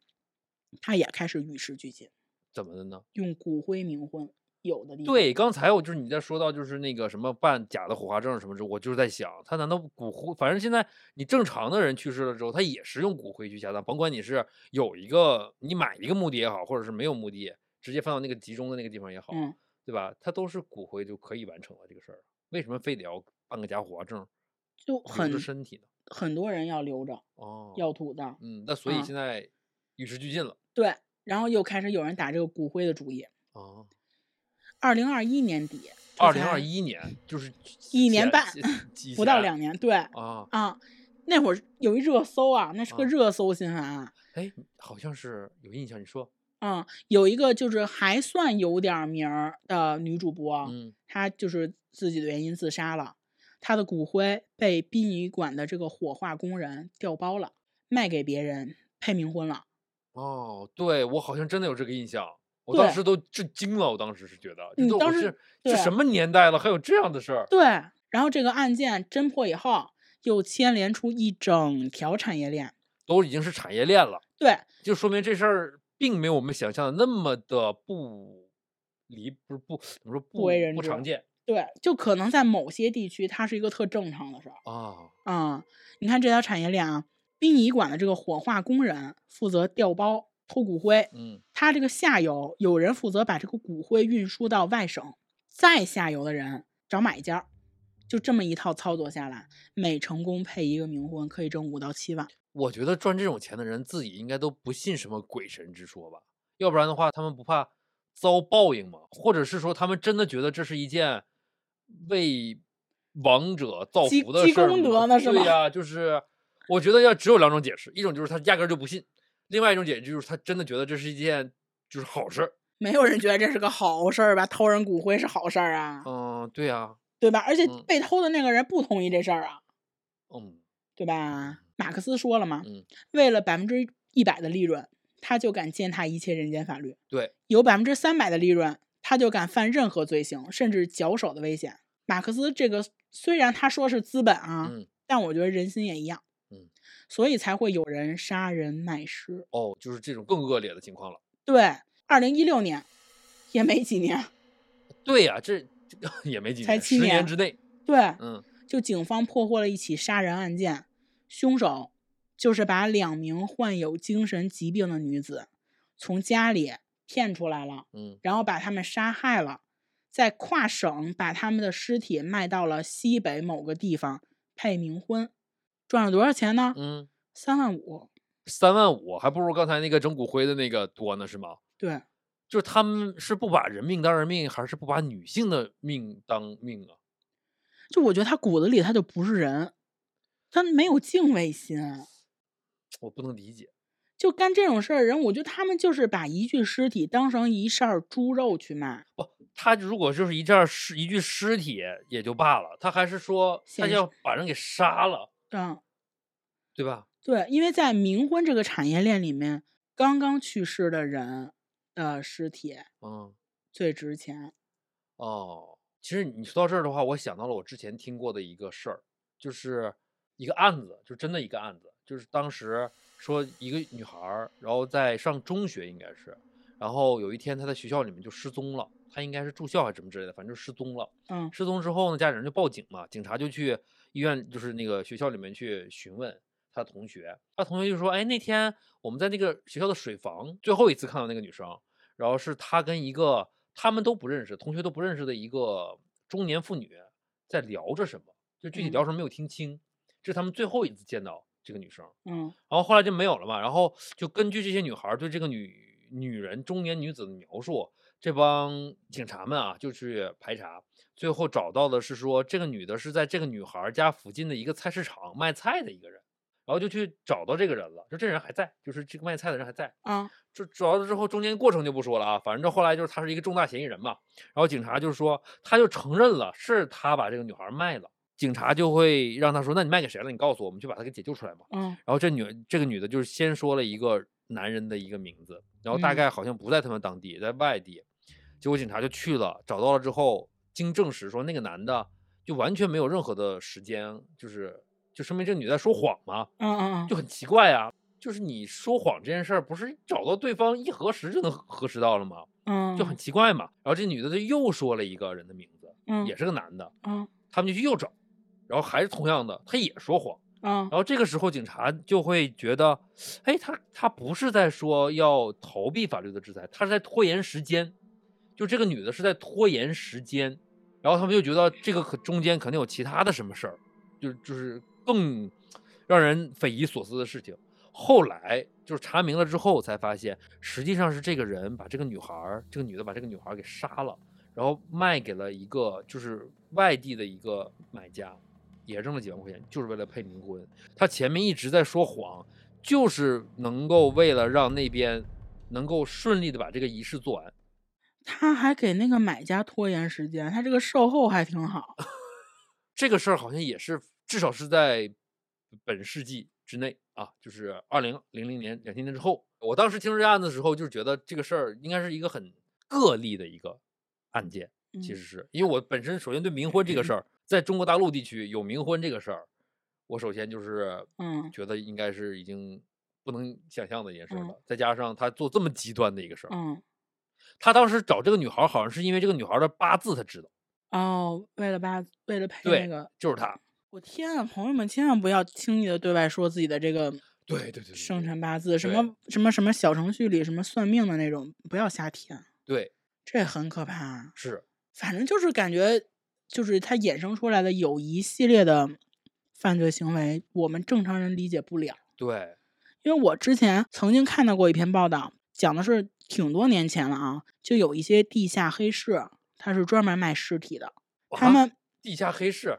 [SPEAKER 2] 它也开始与时俱进，
[SPEAKER 1] 怎么的呢？
[SPEAKER 2] 用骨灰冥婚，有的地方
[SPEAKER 1] 对，刚才我就是你在说到就是那个什么办假的火化证什么之后，我就是在想，他难道骨灰？反正现在你正常的人去世了之后，他也是用骨灰去下葬，甭管你是有一个你买一个墓地也好，或者是没有墓地，直接放到那个集中的那个地方也好，
[SPEAKER 2] 嗯，
[SPEAKER 1] 对吧？它都是骨灰就可以完成了这个事儿，为什么非得要办个假火化证
[SPEAKER 2] 就
[SPEAKER 1] 留
[SPEAKER 2] 很
[SPEAKER 1] 着身体呢？
[SPEAKER 2] 很多人要留着，
[SPEAKER 1] 哦，
[SPEAKER 2] 要土葬。
[SPEAKER 1] 嗯，那所以
[SPEAKER 2] 啊
[SPEAKER 1] 现在与时俱进了
[SPEAKER 2] 对，然后又开始有人打这个骨灰的主意。
[SPEAKER 1] 啊。
[SPEAKER 2] 二零二一年底，这
[SPEAKER 1] 二零二
[SPEAKER 2] 才
[SPEAKER 1] 一年就是
[SPEAKER 2] 一年
[SPEAKER 1] 前
[SPEAKER 2] 半
[SPEAKER 1] 几 几
[SPEAKER 2] 不到
[SPEAKER 1] 前
[SPEAKER 2] 两年，对
[SPEAKER 1] 啊，
[SPEAKER 2] 啊，那会儿有一热搜啊，那是个
[SPEAKER 1] 啊
[SPEAKER 2] 热搜新闻啊，
[SPEAKER 1] 哎，好像是有印象，你说，
[SPEAKER 2] 啊，有一个就是还算有点儿名儿的女主播，
[SPEAKER 1] 嗯，
[SPEAKER 2] 她就是自己的原因自杀了，她的骨灰被殡仪馆的这个火化工人调包了，卖给别人配冥婚了。
[SPEAKER 1] 哦，对我好像真的有这个印象，我当
[SPEAKER 2] 对
[SPEAKER 1] 时都震惊了，我当时是觉得，这
[SPEAKER 2] 你
[SPEAKER 1] 都
[SPEAKER 2] 当
[SPEAKER 1] 我
[SPEAKER 2] 时
[SPEAKER 1] 是这
[SPEAKER 2] 对
[SPEAKER 1] 什么年代了，还有这样的事儿？
[SPEAKER 2] 对，然后这个案件侦破以后，又牵连出一整条产业链。
[SPEAKER 1] 都已经是产业链了，
[SPEAKER 2] 对，
[SPEAKER 1] 就说明这事儿并没有我们想象的那么的不离不是不怎么说不
[SPEAKER 2] 为人
[SPEAKER 1] 不
[SPEAKER 2] 知
[SPEAKER 1] 常见
[SPEAKER 2] 对，就可能在某些地区，它是一个特正常的事儿
[SPEAKER 1] 啊。
[SPEAKER 2] 啊、你看这条产业链啊，殡仪馆的这个火化工人负责调包、偷骨灰，
[SPEAKER 1] 嗯，
[SPEAKER 2] 他这个下游有人负责把这个骨灰运输到外省，再下游的人找买家儿，就这么一套操作下来，每成功配一个冥婚可以挣五到七万。
[SPEAKER 1] 我觉得赚这种钱的人自己应该都不信什么鬼神之说吧，要不然的话，他们不怕遭报应吗？或者是说，他们真的觉得这是一件为亡者造
[SPEAKER 2] 积
[SPEAKER 1] 福的
[SPEAKER 2] 积
[SPEAKER 1] 事儿
[SPEAKER 2] 功
[SPEAKER 1] 吗
[SPEAKER 2] 德呢是
[SPEAKER 1] 对
[SPEAKER 2] 吗
[SPEAKER 1] 呀、就是我觉得要只有两种解释，一种就是他压根儿就不信，另外一种解释就是他真的觉得这是一件就是好事儿。
[SPEAKER 2] 没有人觉得这是个好事儿吧？偷人骨灰是好事儿啊，
[SPEAKER 1] 嗯，对呀、
[SPEAKER 2] 对吧？而且
[SPEAKER 1] 嗯
[SPEAKER 2] 被偷的那个人不同意这事儿啊，
[SPEAKER 1] 嗯，
[SPEAKER 2] 对吧？马克思说了嘛，
[SPEAKER 1] 嗯
[SPEAKER 2] 为了百分之一百的利润，他就敢践踏一切人间法律；
[SPEAKER 1] 对，
[SPEAKER 2] 有百分之三百的利润，他就敢犯任何罪行，甚至绞首的危险。马克思这个虽然他说是资本啊，
[SPEAKER 1] 嗯，
[SPEAKER 2] 但我觉得人心也一样，
[SPEAKER 1] 嗯，
[SPEAKER 2] 所以才会有人杀人卖尸。
[SPEAKER 1] 哦，就是这种更恶劣的情况了。
[SPEAKER 2] 对，二零一六年也没几年，
[SPEAKER 1] 对呀、这这 个也没几年，
[SPEAKER 2] 才七
[SPEAKER 1] 十
[SPEAKER 2] 年
[SPEAKER 1] 年之内，
[SPEAKER 2] 对，
[SPEAKER 1] 嗯，
[SPEAKER 2] 就警方破获了一起杀人案件，凶手就是把两名患有精神疾病的女子从家里骗出来了，
[SPEAKER 1] 嗯
[SPEAKER 2] 然后把他们杀害了，再跨省把他们的尸体卖到了西北某个地方配冥婚，赚了多少钱呢？
[SPEAKER 1] 嗯，
[SPEAKER 2] 三万五。
[SPEAKER 1] 三万五还不如刚才那个整骨灰的那个多呢，是吗？
[SPEAKER 2] 对，
[SPEAKER 1] 就是他们是不把人命当人命，还是不把女性的命当命啊？
[SPEAKER 2] 就我觉得他骨子里他就不是人，他没有敬畏心。
[SPEAKER 1] 我不能理解。
[SPEAKER 2] 就干这种事儿的人，我觉得他们就是把一具尸体当成一扇儿猪肉去卖，
[SPEAKER 1] 他如果就是一件儿尸一具尸体也就罢了，他还是说他
[SPEAKER 2] 显
[SPEAKER 1] 要把人给杀了，
[SPEAKER 2] 嗯，
[SPEAKER 1] 对吧？
[SPEAKER 2] 对，因为在冥婚这个产业链里面，刚刚去世的人的尸体
[SPEAKER 1] 嗯，
[SPEAKER 2] 最值钱。
[SPEAKER 1] 哦，其实你说到这儿的话，我想到了我之前听过的一个事儿，就是一个案子，就真的一个案子，就是当时说一个女孩儿，然后在上中学应该是，然后有一天她在学校里面就失踪了，她应该是住校还是什么之类的，反正就失踪了。
[SPEAKER 2] 嗯
[SPEAKER 1] 失踪之后呢，家里人就报警嘛，警察就去医院，就是那个学校里面去询问他同学，他同学就说，哎，那天我们在那个学校的水房最后一次看到那个女生，然后是他跟一个他们都不认识、同学都不认识的一个中年妇女在聊着什么，就具体
[SPEAKER 2] 嗯
[SPEAKER 1] 聊什么没有听清，这是他们最后一次见到这个女生。
[SPEAKER 2] 嗯
[SPEAKER 1] 然后后来就没有了嘛。然后就根据这些女孩儿对这个女女人中年女子的描述，这帮警察们啊就去排查，最后找到的是说这个女的是在这个女孩儿家附近的一个菜市场卖菜的一个人，然后就去找到这个人了，就这人还在，就是这个卖菜的人还在。
[SPEAKER 2] 啊
[SPEAKER 1] 就找到之后，中间过程就不说了啊，反正这后来就是他是一个重大嫌疑人嘛。然后警察就说，他就承认了是他把这个女孩儿卖了。警察就会让他说，那你卖给谁了？你告诉我，我们去把她给解救出来嘛。
[SPEAKER 2] 嗯
[SPEAKER 1] 然后这女这个女的就是先说了一个男人的一个名字，然后大
[SPEAKER 2] 嗯
[SPEAKER 1] 概好像不在他们当地，在外地。结果警察就去了，找到了之后，经证实说那个男的就完全没有任何的时间，就是就说明这个女的在说谎嘛，
[SPEAKER 2] 嗯嗯
[SPEAKER 1] 就很奇怪啊。就是你说谎这件事儿，不是找到对方一核实就能核实到了吗？
[SPEAKER 2] 嗯，
[SPEAKER 1] 就很奇怪嘛。然后这女的就又说了一个人的名字，
[SPEAKER 2] 嗯
[SPEAKER 1] 也是个男的，
[SPEAKER 2] 嗯
[SPEAKER 1] 他们就去又找，然后还是同样的，他也说谎。
[SPEAKER 2] 嗯
[SPEAKER 1] 然后这个时候，警察就会觉得，哎，他他不是在说要逃避法律的制裁，他是在拖延时间。就这个女的是在拖延时间，然后他们就觉得这个可中间肯定有其他的什么事儿，就就是更让人匪夷所思的事情。后来就是查明了之后，才发现实际上是这个人把这个女孩儿，这个女的把这个女孩儿给杀了，然后卖给了一个就是外地的一个买家，也挣了几万块钱，就是为了配冥婚。他前面一直在说谎，就是能够为了让那边能够顺利的把这个仪式做完。
[SPEAKER 2] 他还给那个买家拖延时间，他这个售后还挺好。
[SPEAKER 1] 这个事儿好像也是至少是在本世纪之内啊，就是二零零零年、两千年之后。我当时听说这案子的时候，就是觉得这个事儿应该是一个很个例的一个案件。
[SPEAKER 2] 嗯
[SPEAKER 1] 其实是因为我本身首先对冥婚这个事儿，在中国大陆地区有冥婚这个事儿，我首先就是
[SPEAKER 2] 嗯
[SPEAKER 1] 觉得应该是已经不能想象的一件事儿
[SPEAKER 2] 嗯
[SPEAKER 1] 了。再加上他做这么极端的一个事儿，
[SPEAKER 2] 嗯
[SPEAKER 1] 他当时找这个女孩儿好像是因为这个女孩儿的八字他知道，
[SPEAKER 2] 哦，为了把为了配
[SPEAKER 1] 对
[SPEAKER 2] 那个，
[SPEAKER 1] 就是他。
[SPEAKER 2] 我天啊，朋友们千万不要轻易的对外说自己的这个
[SPEAKER 1] 对对对对对，
[SPEAKER 2] 生辰八字，什
[SPEAKER 1] 对
[SPEAKER 2] 么什么什么小程序里什么算命的那种，不要瞎填，
[SPEAKER 1] 对
[SPEAKER 2] 这很可怕啊、
[SPEAKER 1] 是，
[SPEAKER 2] 反正就是感觉，就是它衍生出来的有一系列的犯罪行为，我们正常人理解不了。
[SPEAKER 1] 对，
[SPEAKER 2] 因为我之前曾经看到过一篇报道，讲的是挺多年前了啊，就有一些地下黑市，它是专门卖尸体的。他
[SPEAKER 1] 啊
[SPEAKER 2] 们
[SPEAKER 1] 地下黑市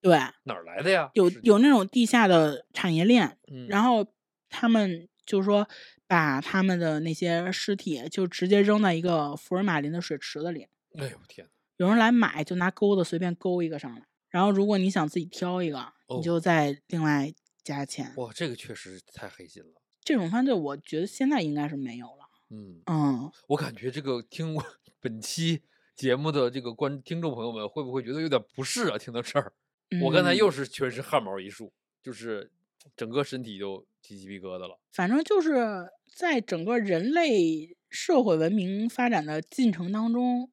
[SPEAKER 2] 对
[SPEAKER 1] 哪儿来的呀？
[SPEAKER 2] 有
[SPEAKER 1] 是，
[SPEAKER 2] 有那种地下的产业链，
[SPEAKER 1] 嗯、
[SPEAKER 2] 然后他们就说把他们的那些尸体就直接扔到一个福尔马林的水池子里，
[SPEAKER 1] 哎呦天呐，
[SPEAKER 2] 有人来买，就拿钩子随便勾一个上来。然后，如果你想自己挑一个，
[SPEAKER 1] 哦
[SPEAKER 2] 你就再另外加钱。
[SPEAKER 1] 哇，这个确实太黑心了。
[SPEAKER 2] 这种犯罪，我觉得现在应该是没有了。
[SPEAKER 1] 嗯，
[SPEAKER 2] 嗯，
[SPEAKER 1] 我感觉这个听我本期节目的这个观听众朋友们会不会觉得有点不适啊？听到这儿，我刚才
[SPEAKER 2] 嗯
[SPEAKER 1] 又是全是汗毛一竖，就是整个身体都起鸡皮疙瘩了。
[SPEAKER 2] 反正就是在整个人类社会文明发展的进程当中，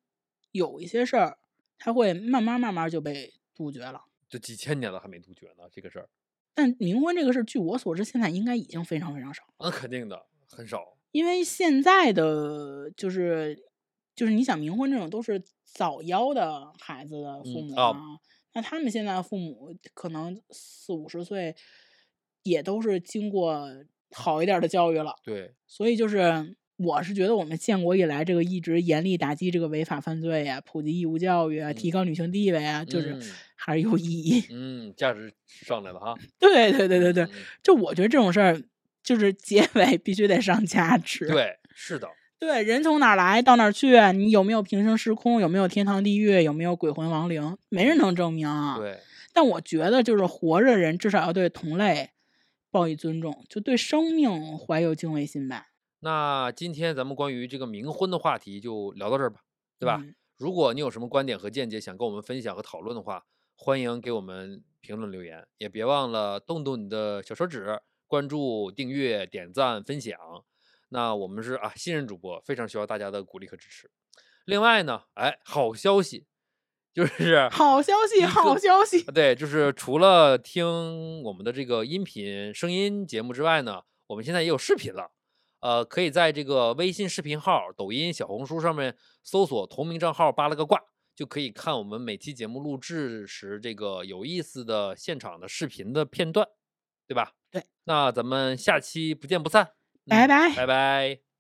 [SPEAKER 2] 有一些事儿，它会慢慢慢慢就被杜绝了。
[SPEAKER 1] 这几千年了还没杜绝呢，这个事儿，
[SPEAKER 2] 但冥婚这个事儿，据我所知，现在应该已经非常非常少。
[SPEAKER 1] 那肯定的，很少。
[SPEAKER 2] 因为现在的就是就是你想冥婚这种都是早夭的孩子的父
[SPEAKER 1] 嗯
[SPEAKER 2] 母
[SPEAKER 1] 啊
[SPEAKER 2] 啊，那他们现在的父母可能四五十岁，也都是经过好一点儿的教育了，
[SPEAKER 1] 对，
[SPEAKER 2] 所以就是。我是觉得我们建国以来，这个一直严厉打击这个违法犯罪呀、普及义务教育啊、提高女性地位啊，就是
[SPEAKER 1] 嗯
[SPEAKER 2] 还是有意义。
[SPEAKER 1] 嗯，价值上来了哈。
[SPEAKER 2] 对对对对对
[SPEAKER 1] 嗯，，
[SPEAKER 2] 就我觉得这种事儿，就是结尾必须得上价值。
[SPEAKER 1] 对，是的，
[SPEAKER 2] 对，人从哪儿来到哪儿去，你有没有平行时空，有没有天堂地狱，有没有鬼魂亡灵，没人能证明啊。
[SPEAKER 1] 嗯对，
[SPEAKER 2] 但我觉得就是活着人至少要对同类报以尊重，就对生命怀有敬畏心吧，
[SPEAKER 1] 那今天咱们关于这个冥婚的话题就聊到这儿吧，对吧？
[SPEAKER 2] 嗯
[SPEAKER 1] 如果你有什么观点和见解想跟我们分享和讨论的话，欢迎给我们评论留言，也别忘了动动你的小手指，关注、订阅、点赞、分享。那我们是啊，新人主播，非常需要大家的鼓励和支持。另外呢，哎，好消息就是
[SPEAKER 2] 好消息，
[SPEAKER 1] 一
[SPEAKER 2] 好
[SPEAKER 1] 个
[SPEAKER 2] 消息
[SPEAKER 1] 啊，对，就是除了听我们的这个音频声音节目之外呢，我们现在也有视频了。呃，可以在这个微信视频号、抖音、小红书上面搜索同名账号“扒了个卦”，就可以看我们每期节目录制时这个有意思的现场的视频的片段，对吧？
[SPEAKER 2] 对。
[SPEAKER 1] 那咱们下期不见不散。
[SPEAKER 2] 拜
[SPEAKER 1] 嗯
[SPEAKER 2] 拜
[SPEAKER 1] 拜拜。